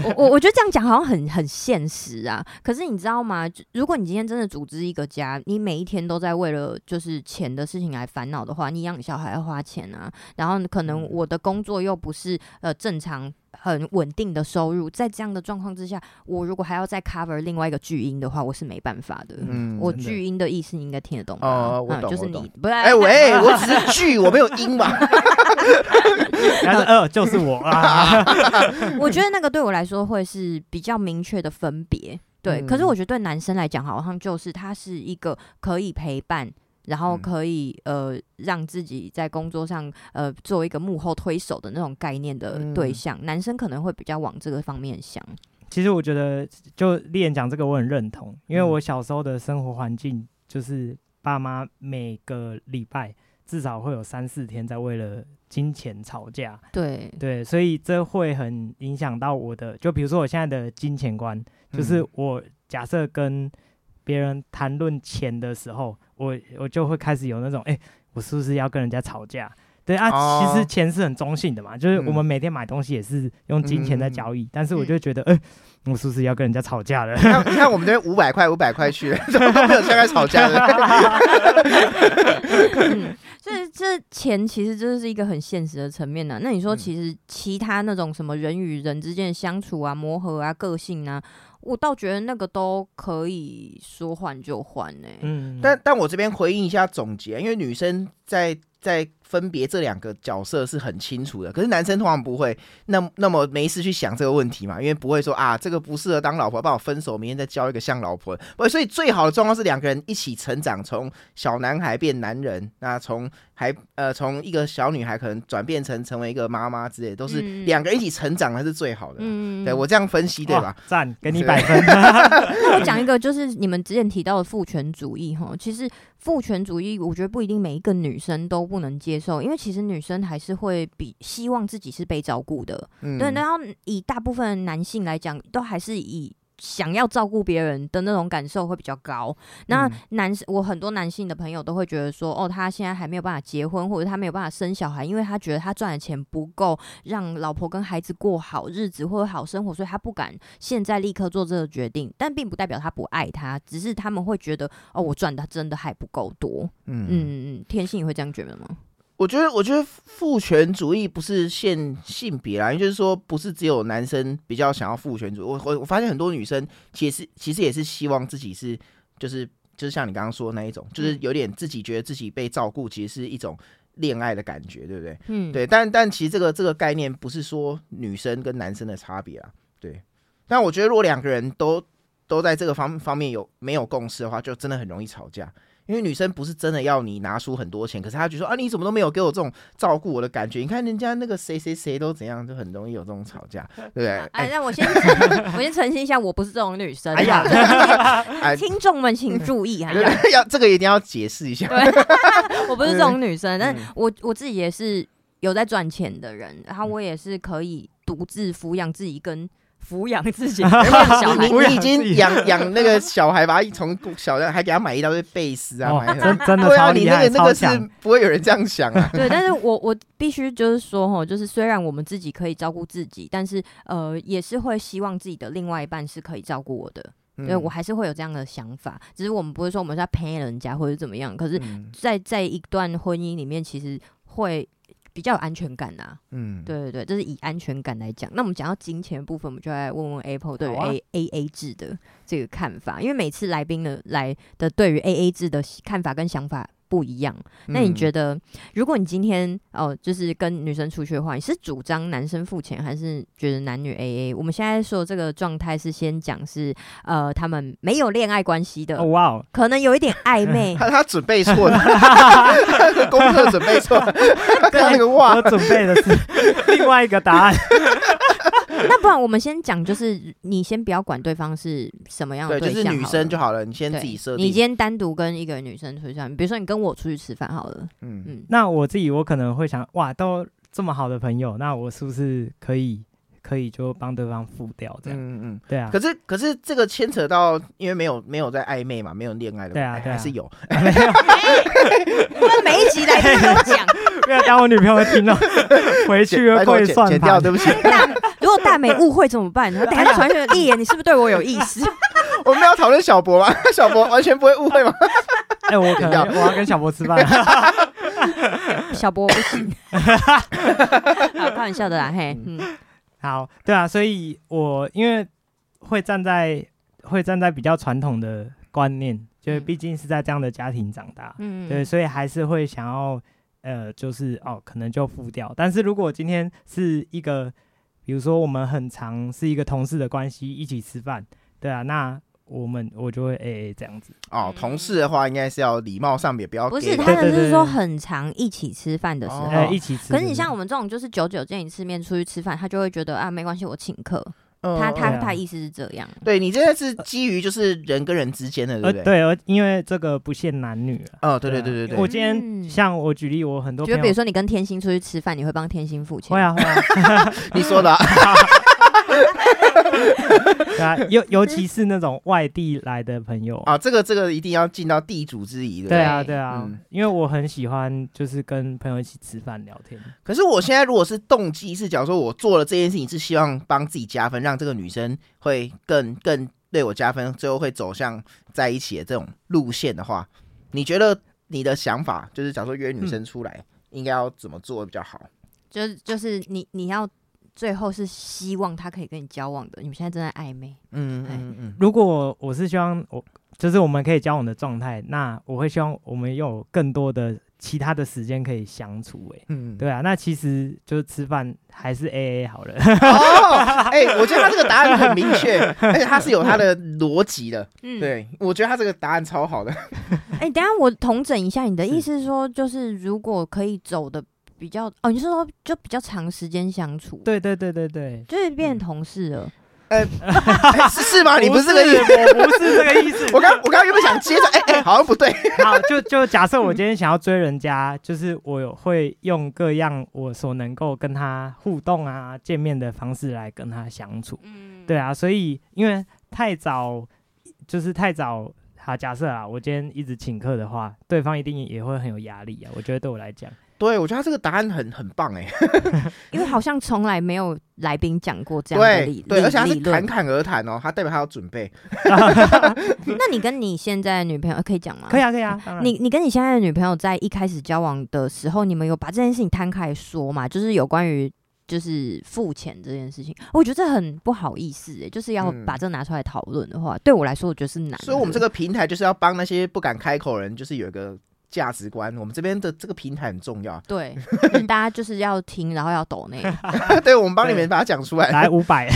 我我我觉得这样讲好像很很现实啊，可是你知道吗？就如果你今天真的组织一个家，你每一天都在为了就是钱的事情来烦恼的话，你养小孩要花钱啊，然后可能嗯我的工作又不是呃正常很稳定的收入，在这样的状况之下，我如果还要再 cover 另外一个巨婴的话，我是没办法的。嗯，我真的巨婴的意思你应该听得懂吧？哦我嗯懂就是我懂你不是哎、喂，我只是剧，我没有音 嘛。然后呃就是我啊， 我觉得那个对我来说会是比较明确的分别，对。嗯可是我觉得对男生来讲，好像就是他是一个可以陪伴，然后嗯可以、呃让自己在工作上呃作为一个幕后推手的那种概念的嗯对象，男生可能会比较往这个方面想。其实我觉得就丽妍讲这个我很认同，因为嗯我小时候的生活环境就是爸妈每个礼拜至少会有三四天在为了金钱吵架，对，对，所以这会很影响到我的，就比如说我现在的金钱观，嗯就是我假设跟别人谈论钱的时候，我我就会开始有那种，哎、我是不是要跟人家吵架？对啊，哦其实钱是很中性的嘛，就是我嗯们每天买东西也是用金钱在交易，但是我嗯就觉得，哎、我是不是要跟人家吵架了？你看，你看我们这边五百块，五百块去了， 怎么都没有像在吵架的。嗯所以这钱其实就是一个很现实的层面啊呢、那你说，嗯其实其他那种什么人与人之间的相处啊、磨合啊、个性啊，我倒觉得那个都可以说换就换欸呢、 嗯，但但我这边回应一下总结，因为女生在在分别这两个角色是很清楚的，可是男生通常不会那那么没事去想这个问题嘛，因为不会说啊这个不适合当老婆，帮我分手，明天再交一个像老婆的。不，所以最好的状况是两个人一起成长，从小男孩变男人，那从还呃从一个小女孩可能转变成成为一个妈妈之类，都是嗯两个人一起成长才是最好的。嗯，对我这样分析对哇吧？？赞，给你 对百分。那我讲一个，就是你们之前提到的父权主义哈，其实父权主义，我觉得不一定每一个女生都不能接受，因为其实女生还是会比希望自己是被照顾的。嗯对，然后以大部分男性来讲，都还是以。想要照顾别人的那种感受会比较高。那嗯男生，我很多男性的朋友都会觉得说，哦，他现在还没有办法结婚，或者他没有办法生小孩，因为他觉得他赚的钱不够，让老婆跟孩子过好日子或者好生活，所以他不敢现在立刻做这个决定。但并不代表他不爱他，只是他们会觉得，哦，我赚的真的还不够多。嗯嗯嗯，天性也会这样觉得吗？我觉得，我觉得父权主义不是限性别啦，也就是说，不是只有男生比较想要父权主义。我我我发现很多女生其实其实也是希望自己是，就是就是像你刚刚说的那一种，就是有点自己觉得自己被照顾，其实是一种恋爱的感觉，对不对？嗯，对，但但其实这个这个概念不是说女生跟男生的差别啦，对。但我觉得如果两个人都都在这个方方面有没有共识的话，就真的很容易吵架。因为女生不是真的要你拿出很多钱，可是她觉得说啊，你怎么都没有给我这种照顾我的感觉？你看人家那个谁谁谁都怎样，就很容易有这种吵 架，对不对？哎，哎那我先我先澄清 一下，我不是这种女生。啊哎呀 好吧 哎，听众们请注意啊！ 要这个一定要解释一下。 我不是这种女生，但嗯我我自己也是有在赚钱的人，然后我也是可以独自抚养自己跟抚养自 己跟小孩你不。你养已自经己养养那个小孩吧，从小的还给他买一大堆贝 斯啊，哦买，真真的对啊，超你厉那害，个那超个是强，不会有人这样想 啊。对，但是我我必须就是说哈，就是虽然我们自己可以照顾自己，但是呃，也是会希望自己的另外一半是可以照顾我的。对嗯我还是会有这样的想法，只是我们不会说我们是要陪人家或者怎么样，可是嗯在在一段婚姻里面，其实会比较有安全感呐、嗯，对对对，这是以安全感来讲。那我们讲到金钱的部分，我们就来问问 Apple 对于好啊 A、A A 制的这个看法，因为每次来宾的来的对于 A A 制的看法跟想法不一样。那你觉得？。得，如果你今天哦、就是跟女生出去的话，你是主张男生付钱，还是觉得男女 A A？我们现在说的这个状态是先讲是呃，他们没有恋爱关系的，哦哇哦，可能有一点暧昧 他他准备 错了， 他的功课准备错了， 他看那个哇我，准备的是 另外一个答案，那不然我们先讲，就是你先不要管对方是什么样的对，就象是女好生了就好了，你先自对己设你今定。天单独跟一个女生出去吃饭，比如说你跟我出去吃饭好了，嗯，嗯，那我自己我可能会想，哇，都这么好的朋友，那我是不是可以可以就帮对方付掉这样？嗯嗯对啊嗯。，可是可是这个牵扯到，因为没有没有在暧昧嘛，没有恋爱的，对啊哎对啊还是有。那 每一集来宾都 讲。不要当我女朋友会听 到，回去剪拜会托跪剪算剪掉，盘。对不起， 大，如果大美误会怎么办？然后等一下传讯丽妍，你是不是对我有意思？我们要讨论小博吗？啊 小博完全不会误会吗？ 哎，我可能剪我要跟小博吃饭。 小波我不 行，好开玩笑的啦，嘿，嗯，好，对啊，所以我因为会站在会站在比较传统的观念，就是嗯毕竟是在这样的家庭长大， 嗯对，所以还是会想要呃，就是哦，可能就付掉。但是如果今天是一个，比如说我们很常是一个同事的关系，一起吃饭，对啊，那我们我就会 A A 这样子。哦，同事的话应该是要礼貌上也不要不给是他的对对是对说对很常一起吃饭的时候。呃，哦一起吃。可是你像我们这种，就是久久见一次面，出去吃饭，他就会觉得啊，没关系，我请客。嗯他他对啊他意思是这样，对你现在是基于就是人跟人之间的，对呃，不对？对，呃因为这个不限男女啊。哦，对对对对我对，今嗯天像我举例，我很多就朋比如友说你跟天心出去吃饭，你会帮天心付钱。会啊会啊，你说的啊，对啊， 尤尤其是那种外地来的朋友，啊这个这个一定要尽到地主之谊，对不对对？啊对啊嗯，因为我很喜欢就是跟朋友一起吃饭聊天，可是我现在如果是动机是，假如说我做了这件事情是希望帮自己加分，让这个女生会更更对我加分，最后会走向在一起的这种路线的话，你觉得你的想法就是，假如说约女生出来，应该要怎么做比较好？就是就是你你要最后是希望他可以跟你交往的，你们现在正在暧昧，嗯哎嗯嗯，如果我是希望我就是我们可以交往的状态，那我会希望我们又有更多的其他的时间可以相处、欸。嗯，对啊，那其实就是吃饭还是 A A 好了。 哦，哎、我觉得他这个答案很明确，而且他是有他的逻辑的。嗯，对，我觉得他这个答案超好的。 哎、等一下我统整一下，你的意思是说，就是如果可以走的比较，哦，你是说就比较长时间相处，，对对对对对，嗯就是变同事了，哎是是吗？你不是这个意思？思，我不是这个意思。我刚我刚原本想接着，哎哎，好像不对。好，就就假设我嗯今天想要追人家，就是我有会用各样我所能够跟他互动啊、见面的方式来跟他相处。嗯，对，啊，所以因为太早，就是太早。好，假设啊，我今天一直请客的话，对方一定也会很有压力啊。我觉得对我来讲，对，我觉得他这个答案很很棒哎，因为好像从来没有来宾讲过这样的对理对，理而且他是理侃论。侃而谈哦，他代表他要准备。嗯那你跟你现在的女朋友可以讲吗？可以啊，可以啊。当然你你跟你现在的女朋友在一开始交往的时候，你们有把这件事情摊开说嘛？就是有关于就是付钱这件事情，我觉得这很不好意思、欸，就是要嗯把这拿出来讨论的话，对我来说我觉得是难的。所以我们这个平台就是要帮那些不敢开口的人，就是有一个价值观。我们这边的这个平台很重要， 对，就是大家就是要听，然后要抖内。对，我们帮你们把它讲出来。啊 来五 百，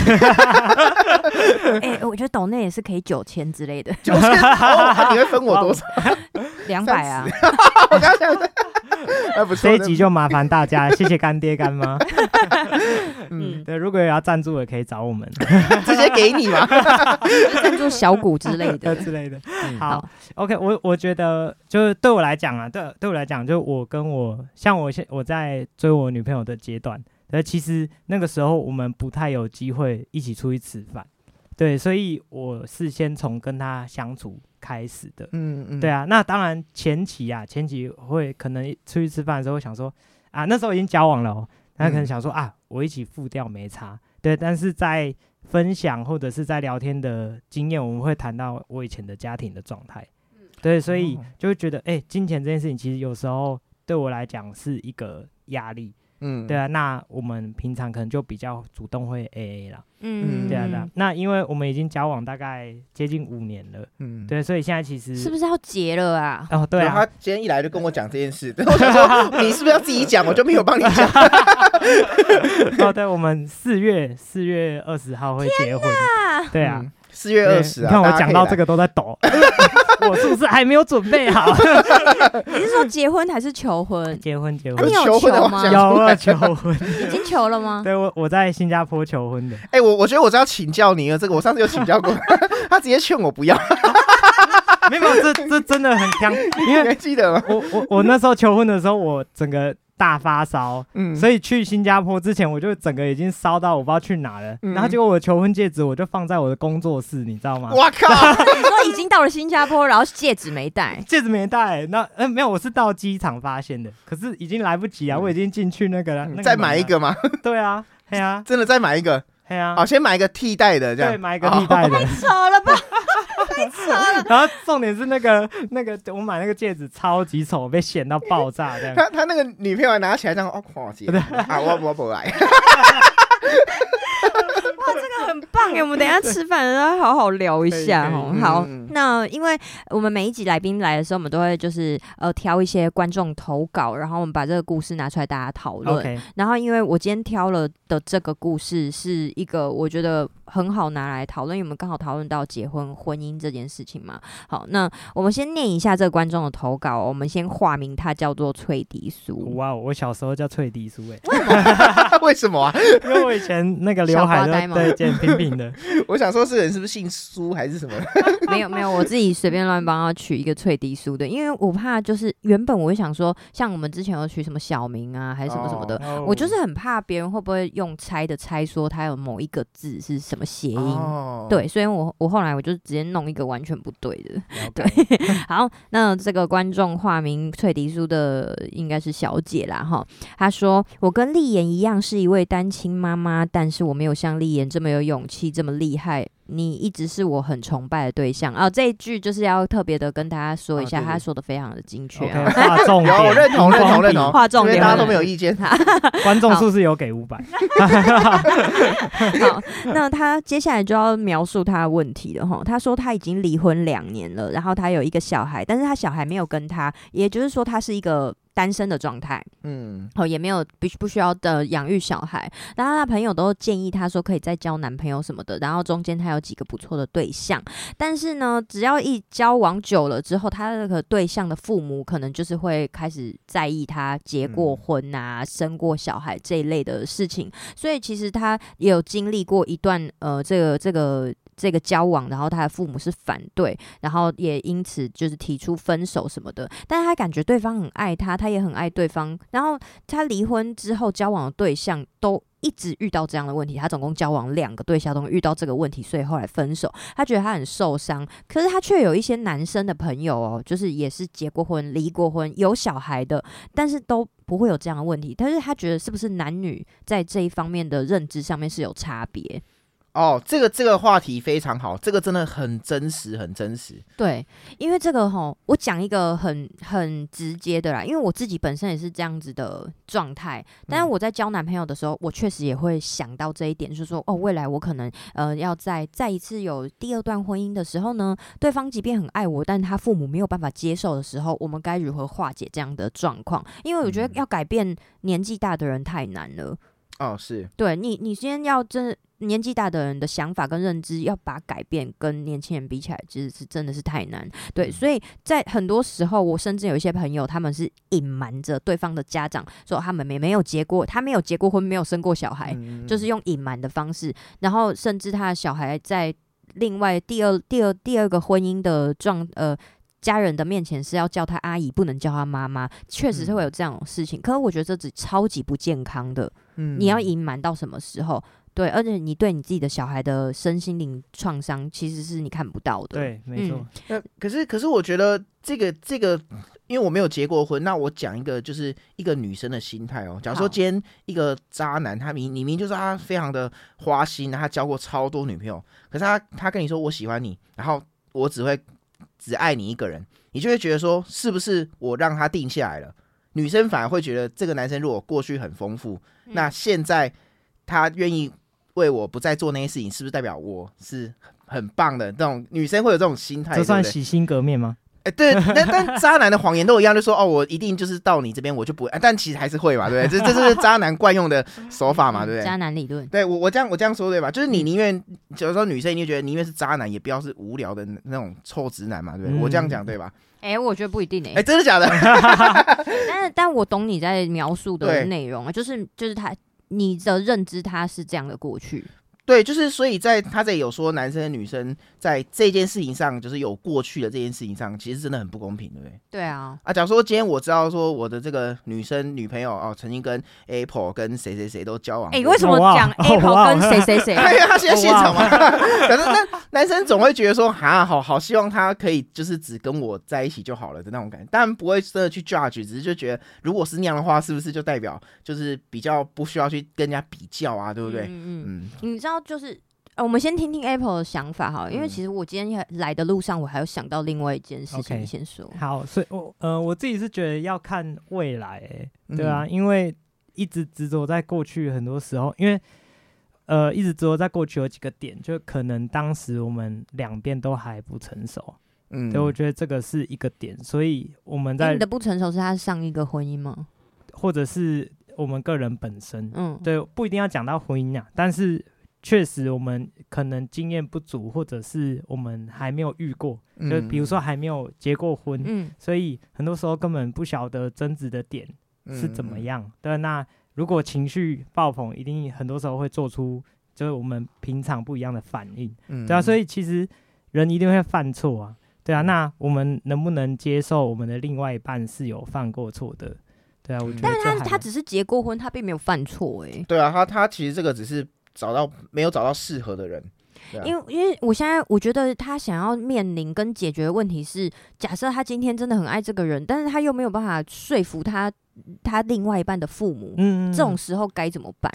哎、我觉得抖内也是可以九千之类的，就是哦，你会分我 多少？两百啊。我刚想，还不错这一。集就麻烦大家，谢谢干爹干妈。嗯，对，如果有要赞助的可以找我们那 直接给你嘛。赞助小股之类呃的。 嗯之类的。好好，OK，我我觉得就是对我来讲啊，对对我来讲，就我跟我像我现我在追我女朋友的阶段，呃，其实那个时候我们不太有机会一起出去吃饭，对，所以我是先从跟她相处开始的。嗯嗯，对啊，那当然前期啊，前期会可能出去吃饭的时候会想说啊，那时候已经交往了、哦，他可能嗯想说、啊，我一起付掉没差。对，但是在分享或者是在聊天的经验，我们会谈到我以前的家庭的状态。嗯对，所以哦就会觉得，哎、金钱这件事情其实有时候对我来讲是一个压力。嗯对啊，那我们平常可能就比较主动会 A A 啦。嗯，对啊，对啊。那因为我们已经交往大概接近五年了，嗯。对，所以现在其实是不是要结了啊？哦，对啊，他今天一来就跟我讲这件事， 然后我想说你是不是要自己讲，我就没有帮你讲。 哦，对，我们四月四月二十号会结婚，啊， 对啊，嗯，四月对二十你啊，看我大家可讲以到来这个都 在抖，我是不是还没有准备好你是说结婚还是求婚？ 结婚？结啊婚你有求婚的求话吗讲出有来我有求婚，已经求了吗？对我我在新加坡求婚的， 哎、我我觉得我这要请教你了，这个我上次有请教过， 他直接劝我不要，没有没 有，这这真的很香，因你为还记得吗？我我我那时候求婚的时候，我整个大发烧，嗯，所以去新加坡之前，我就整个已经烧到我不知道去哪了，嗯然后结果我求婚戒指我就放在我的工作室，你知道吗？我靠，你说已经到了新加坡，然后戒指没戴， 戒指没戴，那呃没有，我是到机场发现的，可是已经来不及啊，嗯我已经进去那个啊了。那个再买一门个嘛，了，对啊，嘿啊， 真的再买一个，嘿啊好，，先买一个替代的这样，哦对，买一个替 代扯的。了吧，太扯了。然后重点是那个那个我买那个戒指超级丑，被显到爆炸 这样。他他那个女朋友还拿起来这样，哦，看我姐 啊，我我不 来，哇，这个很棒耶！我们等一下吃饭的时候好好聊一下哦可以可。以好嗯， 那因为我们每一集来宾来的时候，我们都会就是呃挑一些观众投稿，然后我们把这个故事拿出来大家讨论。 OK，然后，因为我今天挑了的这个故事是一个我觉得很好拿来讨论，因为我们刚好讨论到结婚、婚姻这件事情嘛。好，那我们先念一下这个观众的投稿，哦我们先化名，他叫做翠迪苏。哇，哦我小时候叫翠迪苏诶，为什么啊？因为我以前那个刘海小发呆都吗对剪平 平的。我想说，这个人是不是姓苏还是什么？ 没有没有，我自己随便乱帮他取一个翠迪苏的，因为我怕就是原本我会想说，像我们之前有取什么小名啊，还是什么什么的。哦我就是很怕别人会不会用猜的猜说他有某一个字是什么嗯谐音，哦，对，所以我我后来我就直接弄一个完全不对的。了解 对，好，那这个观众化名翠迪苏的应该是小姐啦哈。她说：“我跟丽妍一样是一位单亲妈妈，但是我没有像丽妍这么有勇气，这么厉害。你一直是我很崇拜的对象。”哦，这一句就是要特别的跟大家说一啊下，对对她说的非常的精确、 OK，啊。划重有点，我认同荧认光同笔认同，划重因为点啊大家都没有 意见，观众数是有给五百， 好，那他接下来就要描述他的问题了哈。他说他已经离婚两年了，然后他有一个小孩，但是他小孩没有跟他，也就是说他是一个。单身的状态，嗯，哦，也没有不不需要的养育小孩，然后他朋友都建议他说可以再交男朋友什么的，然后中间他有几个不错的对象，但是呢，只要一交往久了之后，他那个对象的父母可能就是会开始在意他结过婚啊、生过小孩这一类的事情，所以其实他也有经历过一段呃这个这个。这个交往，然后他的父母是反对，然后也因此就是提出分手什么的。但是他感觉对方很爱他，他也很爱对方。然后他离婚之后交往的对象都一直遇到这样的问题，他总共交往两个对象都遇到这个问题，所以后来分手。他觉得他很受伤，可是他却有一些男生的朋友哦，就是也是结过婚、离过婚、有小孩的，但是都不会有这样的问题。但是他觉得是不是男女在这一方面的认知上面是有差别？哦，这个这个话题非常好，这个真的很真实，很真实。对，因为这个吼，我讲一个很很直接的啦，因为我自己本身也是这样子的状态。但是我在交男朋友的时候，我确实也会想到这一点，就是说，哦，未来我可能呃要在再一次有第二段婚姻的时候呢，对方即便很爱我，但他父母没有办法接受的时候，我们该如何化解这样的状况？因为我觉得要改变年纪大的人太难了。哦，是，对你，你今天要真的年纪大的人的想法跟认知，要把改变跟年轻人比起来，其实是真的是太难。嗯对，所以在很多时候，我甚至有一些朋友，他们是隐瞒着对方的家长，说他们没没有结过，他没有结过婚，没有生过小孩，嗯哎就是用隐瞒的方式，然后甚至他的小孩在另外第二、第二、第二个婚姻的状呃家人的面前是要叫他阿姨，不能叫他妈妈，确实是会有这样的事情。可是我觉得这只超级不健康的，嗯你要隐瞒到什么时候？对，而且你对你自己的小孩的身心灵创伤，其实是你看不到的。，对，没错嗯，那可是，可是我觉得这个这个，因为我没有结过婚，那我讲一个就是一个女生的心态哦。假如说好今天一个渣男，他明你明就是他非常的花心，他交过超多女朋友，可是他他跟你说我喜欢你，然后我只会只爱你一个人，你就会觉得说是不是我让他定下来了？女生反而会觉得这个男生如果过去很丰富，那现在他愿意为我不再做那些事情，是不是代表我是？很棒的这种女生会有这种心态，这算对不对洗心革面吗？哎、对，但但渣男的谎言都一样，就说哦，我一定就是到你这边我就不会，哎但其实还是会嘛，对不对？这这是渣男惯用的手法嘛，对不渣对？男嗯理论。对我我这样我这样说对吧？就是你宁愿，有时候女生你就觉得宁愿是渣男，也不要是无聊的那种臭直男嘛，对不对？嗯我这样讲对吧？哎、我觉得不一定哎、哎、真的假的？ 但是但我懂你在描述的对内容啊，就是就是他你的认知他是这样的过去，对，就是所以在他这里有说男生跟女生在这件事情上，就是有过去的这件事情上，其实真的很不公平，对不对？对啊，啊，假如说今天我知道说我的这个女生女朋友哦，曾经跟 Apple 跟谁谁谁都交往过，哎、为什么哇讲哦 Apple 哇跟谁谁谁？ 因为他现在现场嘛， 可是那男生总会觉得说，哈，好好希望他可以就是只跟我在一起就好了的那种感觉，当然不会真的去 judge，只是就觉得如果是那样的话，是不是就代表就是比较不需要去跟人家比较啊，对不对？嗯嗯嗯，嗯，你知道就是。呃，我们先听听 Apple 的想法哈，因为嗯其实我今天来的路上，我还有想到另外一件事情 OK 先说。好，所以我呃我自己是觉得要看未来、欸，对啊，嗯因为一直执着在过去，很多时候因为呃一直执着在过去有几个点，就可能当时我们两边都还不成熟，嗯对，我觉得这个是一个点，所以我们哎在你的不成熟是他上一个婚姻吗？或者是我们个人本身，嗯，对，不一定要讲到婚姻啊，但是确实我们可能经验不足，或者是我们还没有遇过，嗯就比如说还没有结过婚，嗯，所以很多时候根本不晓得争执的点是怎嗯么？样。对，啊那如果情绪爆棚，一定很多时候会做出就是我们平常不一样的反应。嗯对啊，所以以其实人一定会犯错啊。对啊，那我们能不能接受我们的另外一半是有犯过错的？对啊，我觉得但这他还他只是结过婚，他并没有犯错哎、对啊，他他其实这个只是找到没有找到适合的 人，对啊因为因为我现在我觉得他想要面临跟解决的问题是，假设他今天真的很爱这个人，但是他又没有办法说服他他另外一半的父母，嗯嗯嗯这种时候该怎么办？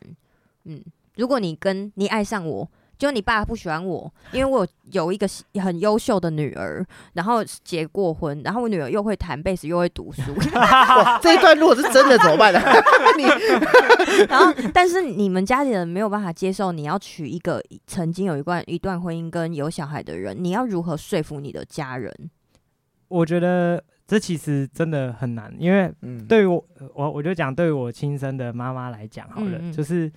嗯，如果你跟你爱上我。就你爸不喜欢我，因为我有一个很优秀的女儿，然后结过婚，然后我女儿又会弹贝斯，又会 读书，哇，这一段如果是真的怎么办 呢？你然后，但是你们家里人没有办法接受你要娶一个曾经有一段一段婚姻跟有小孩的人，你要如何说服你的家人？我觉得这其实真的很难，因为嗯，对于我，我我就讲对于我亲生的妈妈来讲好了，嗯嗯就是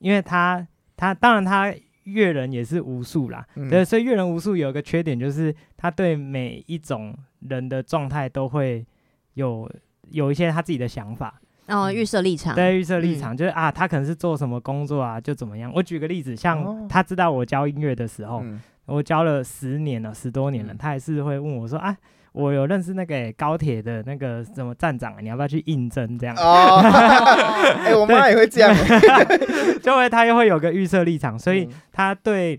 因为她她当然她阅人也是无数啦，嗯对，所以阅人无数有一个缺点就是她对每一种人的状态都会有有一些她自己的想法，哦，预设立场，嗯对预设立场、就是啊，她可能是做什么工作啊，就怎么样。我举个例子，哦像她知道我教音乐的时候，嗯我教了十年了，十多年了，嗯他还是会问我说：“啊，我有认识那个、欸高铁的那个什么站长，你要不要去应征？”这样，哦，哦 哎、我妈也会这样，就会他又会有个预设立场，所以嗯他对，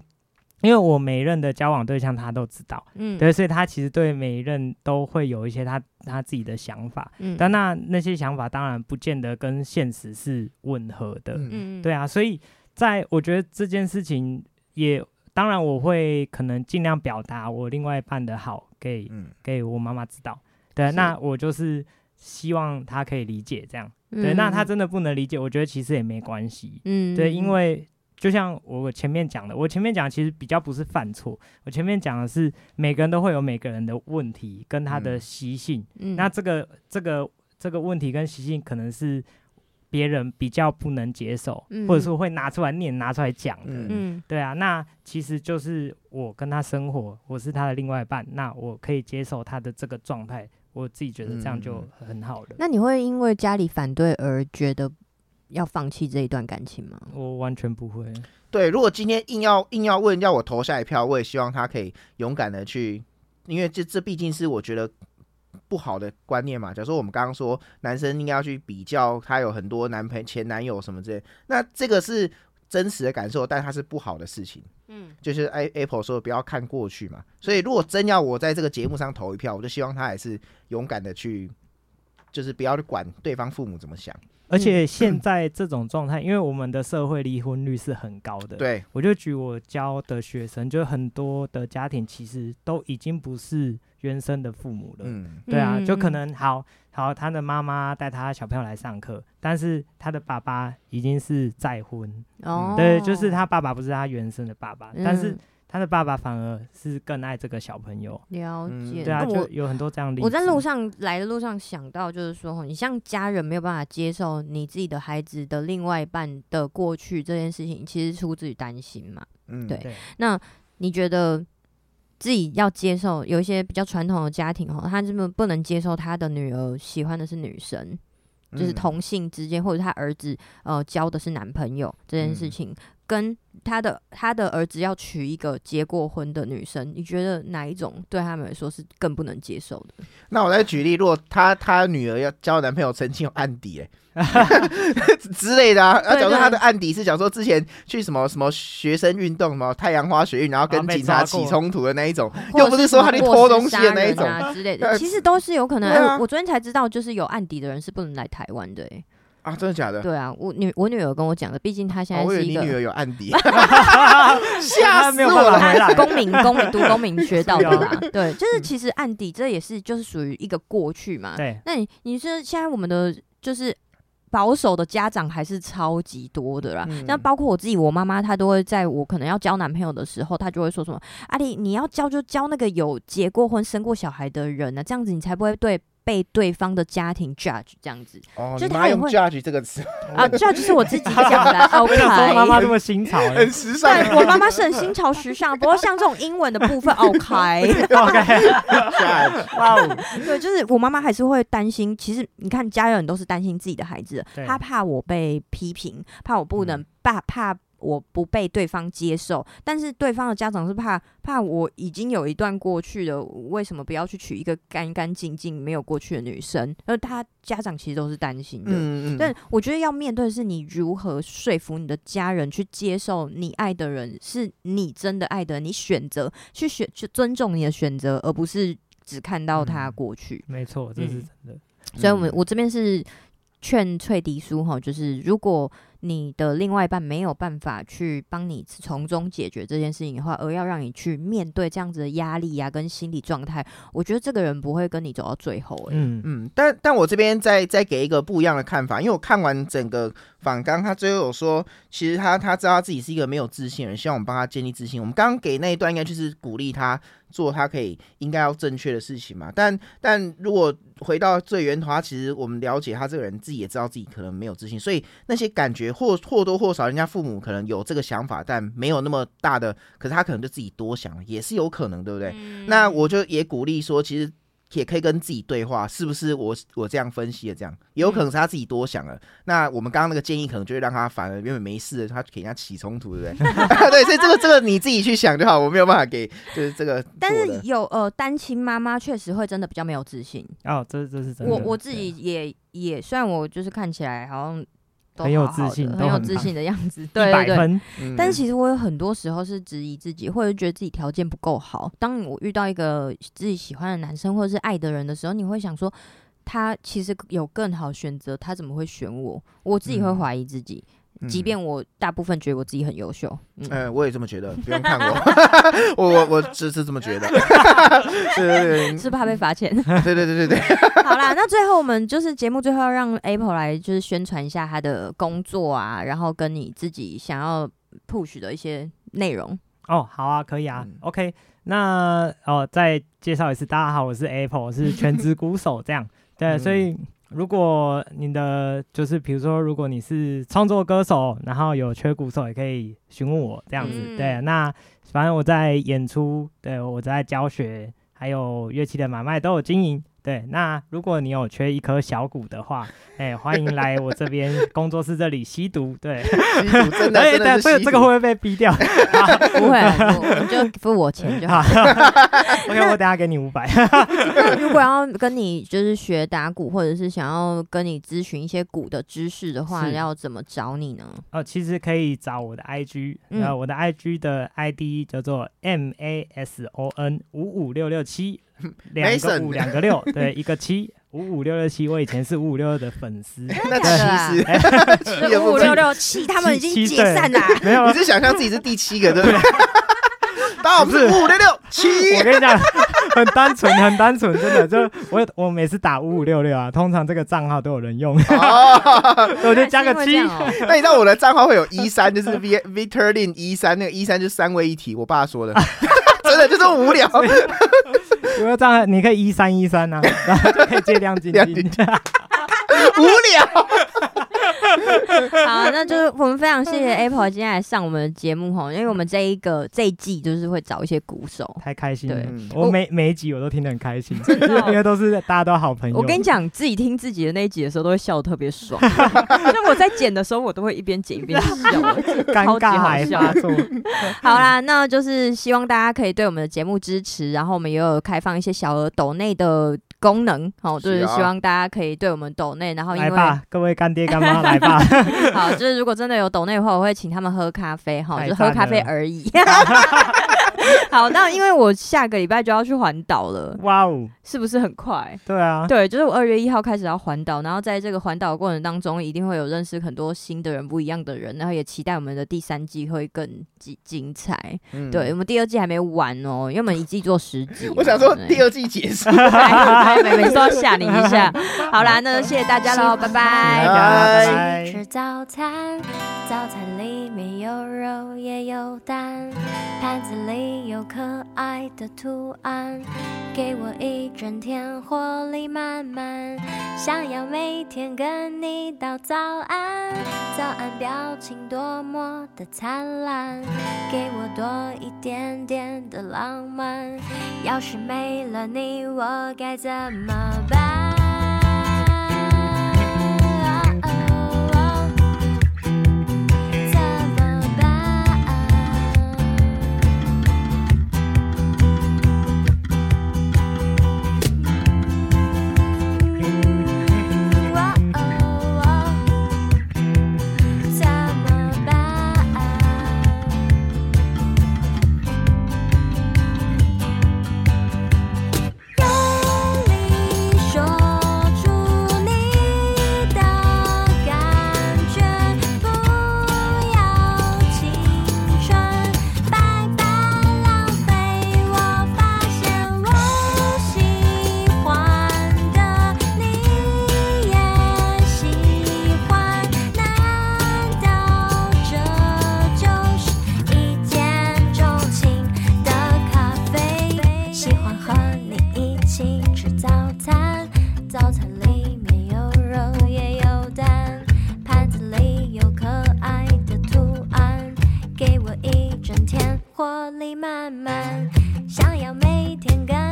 因为我每一任的交往对象他都知道，嗯，对，所以他其实对每一任都会有一些他他自己的想法，嗯，但那那些想法当然不见得跟现实是吻合的，嗯嗯，嗯对，啊，所以在我觉得这件事情也，当然我会可能尽量表达我另外一半的好给嗯给我妈妈知道。对，是那我就是希望她可以理解这样。嗯对，那她，真的不能理解，我觉得其实也没关系。嗯，对，嗯因，为就像我前面讲的，我前面讲其实比较不是犯错，我前面讲的是每个人都会有每个人的问题跟他的嗯习性。嗯那这个这个这个问题跟习性可能是别人比较不能接受，嗯或者说会拿出来念、拿出来讲的。嗯嗯对啊，那其实就是我跟他生活，我是他的另外一半，那我可以接受他的这个状态，我自己觉得这样就嗯很好了。那你会因为家里反对而觉得要放弃这一段感情吗？我完全不会，对，如果今天硬要硬要问要我投下一票，我也希望他可以勇敢的去，因为这这毕竟是我觉得不好的观念嘛。假如说我们刚刚说男生应该要去比较他有很多男朋前男友什么之类，那这个是真实的感受，但它是不好的事情。嗯就是 A Apple 说不要看过去嘛，所以如果真要我在这个节目上投一票，我就希望他还是勇敢的去，就是不要去管对方父母怎么想。嗯而且现在这种状态，因为我们的社会离婚率是很高的，对，我就举我教的学生，就很多的家庭其实都已经不是原生的父母了，嗯对啊，就嗯可能好好，他的妈妈带他小朋友来上课，但是他的爸爸已经是再婚，哦，嗯对，就是他爸爸不是他原生的爸爸，嗯，但是他的爸爸反而是更爱这个小朋友，了嗯解，对啊，那就我。有很多这样的例子。我在路上来的路上想到，就是说，哦你像家人没有办法接受你自己的孩子的另外一半的过去这件事情，其实出自于担心嘛。嗯，对对，那你觉得自己要接受有一些比较传统的家庭哦，他这么不能接受他的女儿喜欢的是女生，就是嗯同性之间，或者他儿子呃交的是男朋友这件事嗯情，跟他的他的儿子要娶一个结过婚的女生，你觉得哪一种对他们来说是更不能接受的？那我再举例，如果她她女儿要交男朋友，曾经有案底 哎、之类的啊。那对假如说对她的案底是讲说之前去什么什么学生运动什么太阳花学运，然后跟啊被警察抓起过冲突的那一种，或又者不是是说什他么去过偷失东西杀的那一人种 啊之类的，呃其实都是有可能。哎、对啊我我昨天才知道，就是有案底的人是不能来台湾的、哎啊，真的假的？对啊，我女我女儿跟我讲的，毕竟她现哦在我以是为一你个。女儿有案 底，他吓没死有我了办啊法。回来，公民公民读公民学到的 啦，对，就是嗯其实案底这也是就是属于一个过去嘛。对，那你你是现在我们的就是保守的家长还是超级多的啦嗯。那、包括我自己，我妈妈她都会在我可能要交男朋友的时候，她就会说什么：“阿、丽，你要交就交那个有结过婚、生过小孩的人啊呢、这样子你才不会对。”被对方的家庭 judge 这样子哦，就你他妈也用会 “judge” 这个词，啊，judge 哎是我自己讲的，OK。想说妈妈这么 新潮欸很时尚。对我妈妈是很新潮时尚，不过像这种英文的部分，OK。 ，OK， judge 哇哦， 对，就是我妈妈还是会担心。其实你看，家人都是担心自己的孩子的，对她怕我被批评，怕我不能嗯，怕怕我不被对方接受。但是对方的家长是怕怕我已经有一段过去了，为什么不要去娶一个干干净净没有过去的女生？而他家长其实都是担心的。嗯嗯但我觉得要面对的是你如何说服你的家人去接受你爱的人是你真的爱的人，你选择去选去尊重你的选择，而不是只看到他嗯过去。没错，这是真的。嗯嗯所以我们我这边是劝翠迪叔哈，就是如果你的另外一半没有办法去帮你从中解决这件事情的话，而要让你去面对这样子的压力呀、跟心理状态，我觉得这个人不会跟你走到最后、欸。嗯嗯，但但我这边再再给一个不一样的看法，因为我看完整个访纲，他最后有说，其实他他知道他自己是一个没有自信的人，希望我们帮他建立自信。我们刚刚给那一段应该就是鼓励他做他可以应该要正确的事情嘛。但但如果回到最源头，他其实我们了解他这个人自己也知道自己可能没有自信，所以那些感觉或或多或少，人家父母可能有这个想法，但没有那么大的，可是他可能就自己多想了，也是有可能，对不对？嗯那我就也鼓励说，其实也可以跟自己对话，是不是我我这样分析的这样，也有可能是他自己多想了。那我们刚刚那个建议可能就会让他反而原本没事的，他给人家起冲突，对不对？对，所以这个这个你自己去想就好，我没有办法给就是这个做的。但是有呃单亲妈妈确实会真的比较没有自信。哦，这这是真的。我我自己也也，虽然我就是看起来好像都很有好好自信的都很有很自棒信的样 子，对一百对对。分，嗯，但其实我有很多时候是质疑自己，或者觉得自己条件不够好。当我遇到一个自己喜欢的男生或者是爱的人的时候，你会想说，他其实有更好选择，他怎么会选我？我自己会嗯怀疑自己，嗯即便我大部分觉得我自己很优秀。 嗯，呃，我也这么觉得，不用看我，我我我只是这么觉得，对对对是怕被罚钱。对对对对对，好啦，那最后我们就是节目最后要让 Apple 来就是宣传一下他的工作啊，然后跟你自己想要 push 的一些内 容。哦，好啊，可以啊、嗯 o k 那哦，再介绍一次，大家好，我是 Apple，我 是全职鼓手，这样。对，嗯所以如果你的就是比如说，如果你是创作歌手，然后有缺鼓手，也可以询问我这样子。嗯对，那反正我在演出，对我在教学，还有乐器的买卖都有经营。对，那如果你有缺一颗小鼓的话，哎、欢迎来我这边工作室这里吸毒。 对，吸毒真的哎真的是对，这个吸这个毒，会不会被逼掉？不会啊，我我们就付我钱就好。 好，OK，我等下给你五百。 那 如果要跟你就是学打鼓，或者是想要跟你咨询一些鼓的知识的话，是要怎么找你 呢？哦，其实可以找我的 IG，嗯呃、我的 IG 的 ID 叫做 M A S O N 五五六 六七，两个 Mason 五，两个六，对，一个七，五五六六七。我以前是五五六六的粉丝，那假其的实是也不五知六六七，他们已经七解散啊啦。 没有 啊你，是想象自己是第七个对不 对？大家好，我们是不五五六六七，我跟你讲， 很单纯，很单纯，真 的，就我我每次打五五六六啊，通常这个账号都有人用， 哦，我就加个是七因为这。样哦 那你知道我的账号会有一三，就是 V Victor Lin 一三，那个一三就是三位一体，我爸 说的，真的就是 无聊，我的账号你可以一三一三啊，然后就可以借亮 晶亮晶晶。无聊，好，那就是我们非常谢 谢 Apple 今天来上我们的节目吼，因为我们这一个这一季就是会找一些鼓手。太开心对了嗯！我我每每一集我都听得很开心，哦的哦因为都是大家都好朋友。我跟你讲，自己听自己的那一集的时候，都会笑得特别爽。 像我在剪的时候，我都会一边剪一边 笑。尴超级尬好癌笑发作，好啦，那就是希望大家可以对我们的节目支持，然后我们也有开放一些小额抖内的功能，好、就是是啊希望大家可以对我们抖内，然后因来为吧，各位干爹干妈来 吧，好，就是如果真的有抖内的话，我会请他们喝咖啡，哈，太就喝赞咖啡了而 已。 好，那因为我下个礼拜就要去环岛了，哇哦，是不是很快？对啊， 对，就是我二月一号开始要环岛，然后在这个环岛的过程当中，一定会有认识很多新的人、不一样的人，然后也期待我们的第三季会更精精彩。嗯对，我们第二季还没完哦，因为我们一季做十 集嘛。 我想说对第二季结束，哎每每次都要吓你一下。好啦，那就谢谢大家喽，拜大拜家。拜拜。吃早餐，早餐里面有肉也有蛋，盘子里有可爱的图案，给我一整天活力满满。想要每天跟你道早安，早安表情多么的灿烂，给我多一点点的浪漫。要是没了你，我该怎么办？怎么办？哇哦哦，怎么办？用力说里慢慢，想要每天更嗯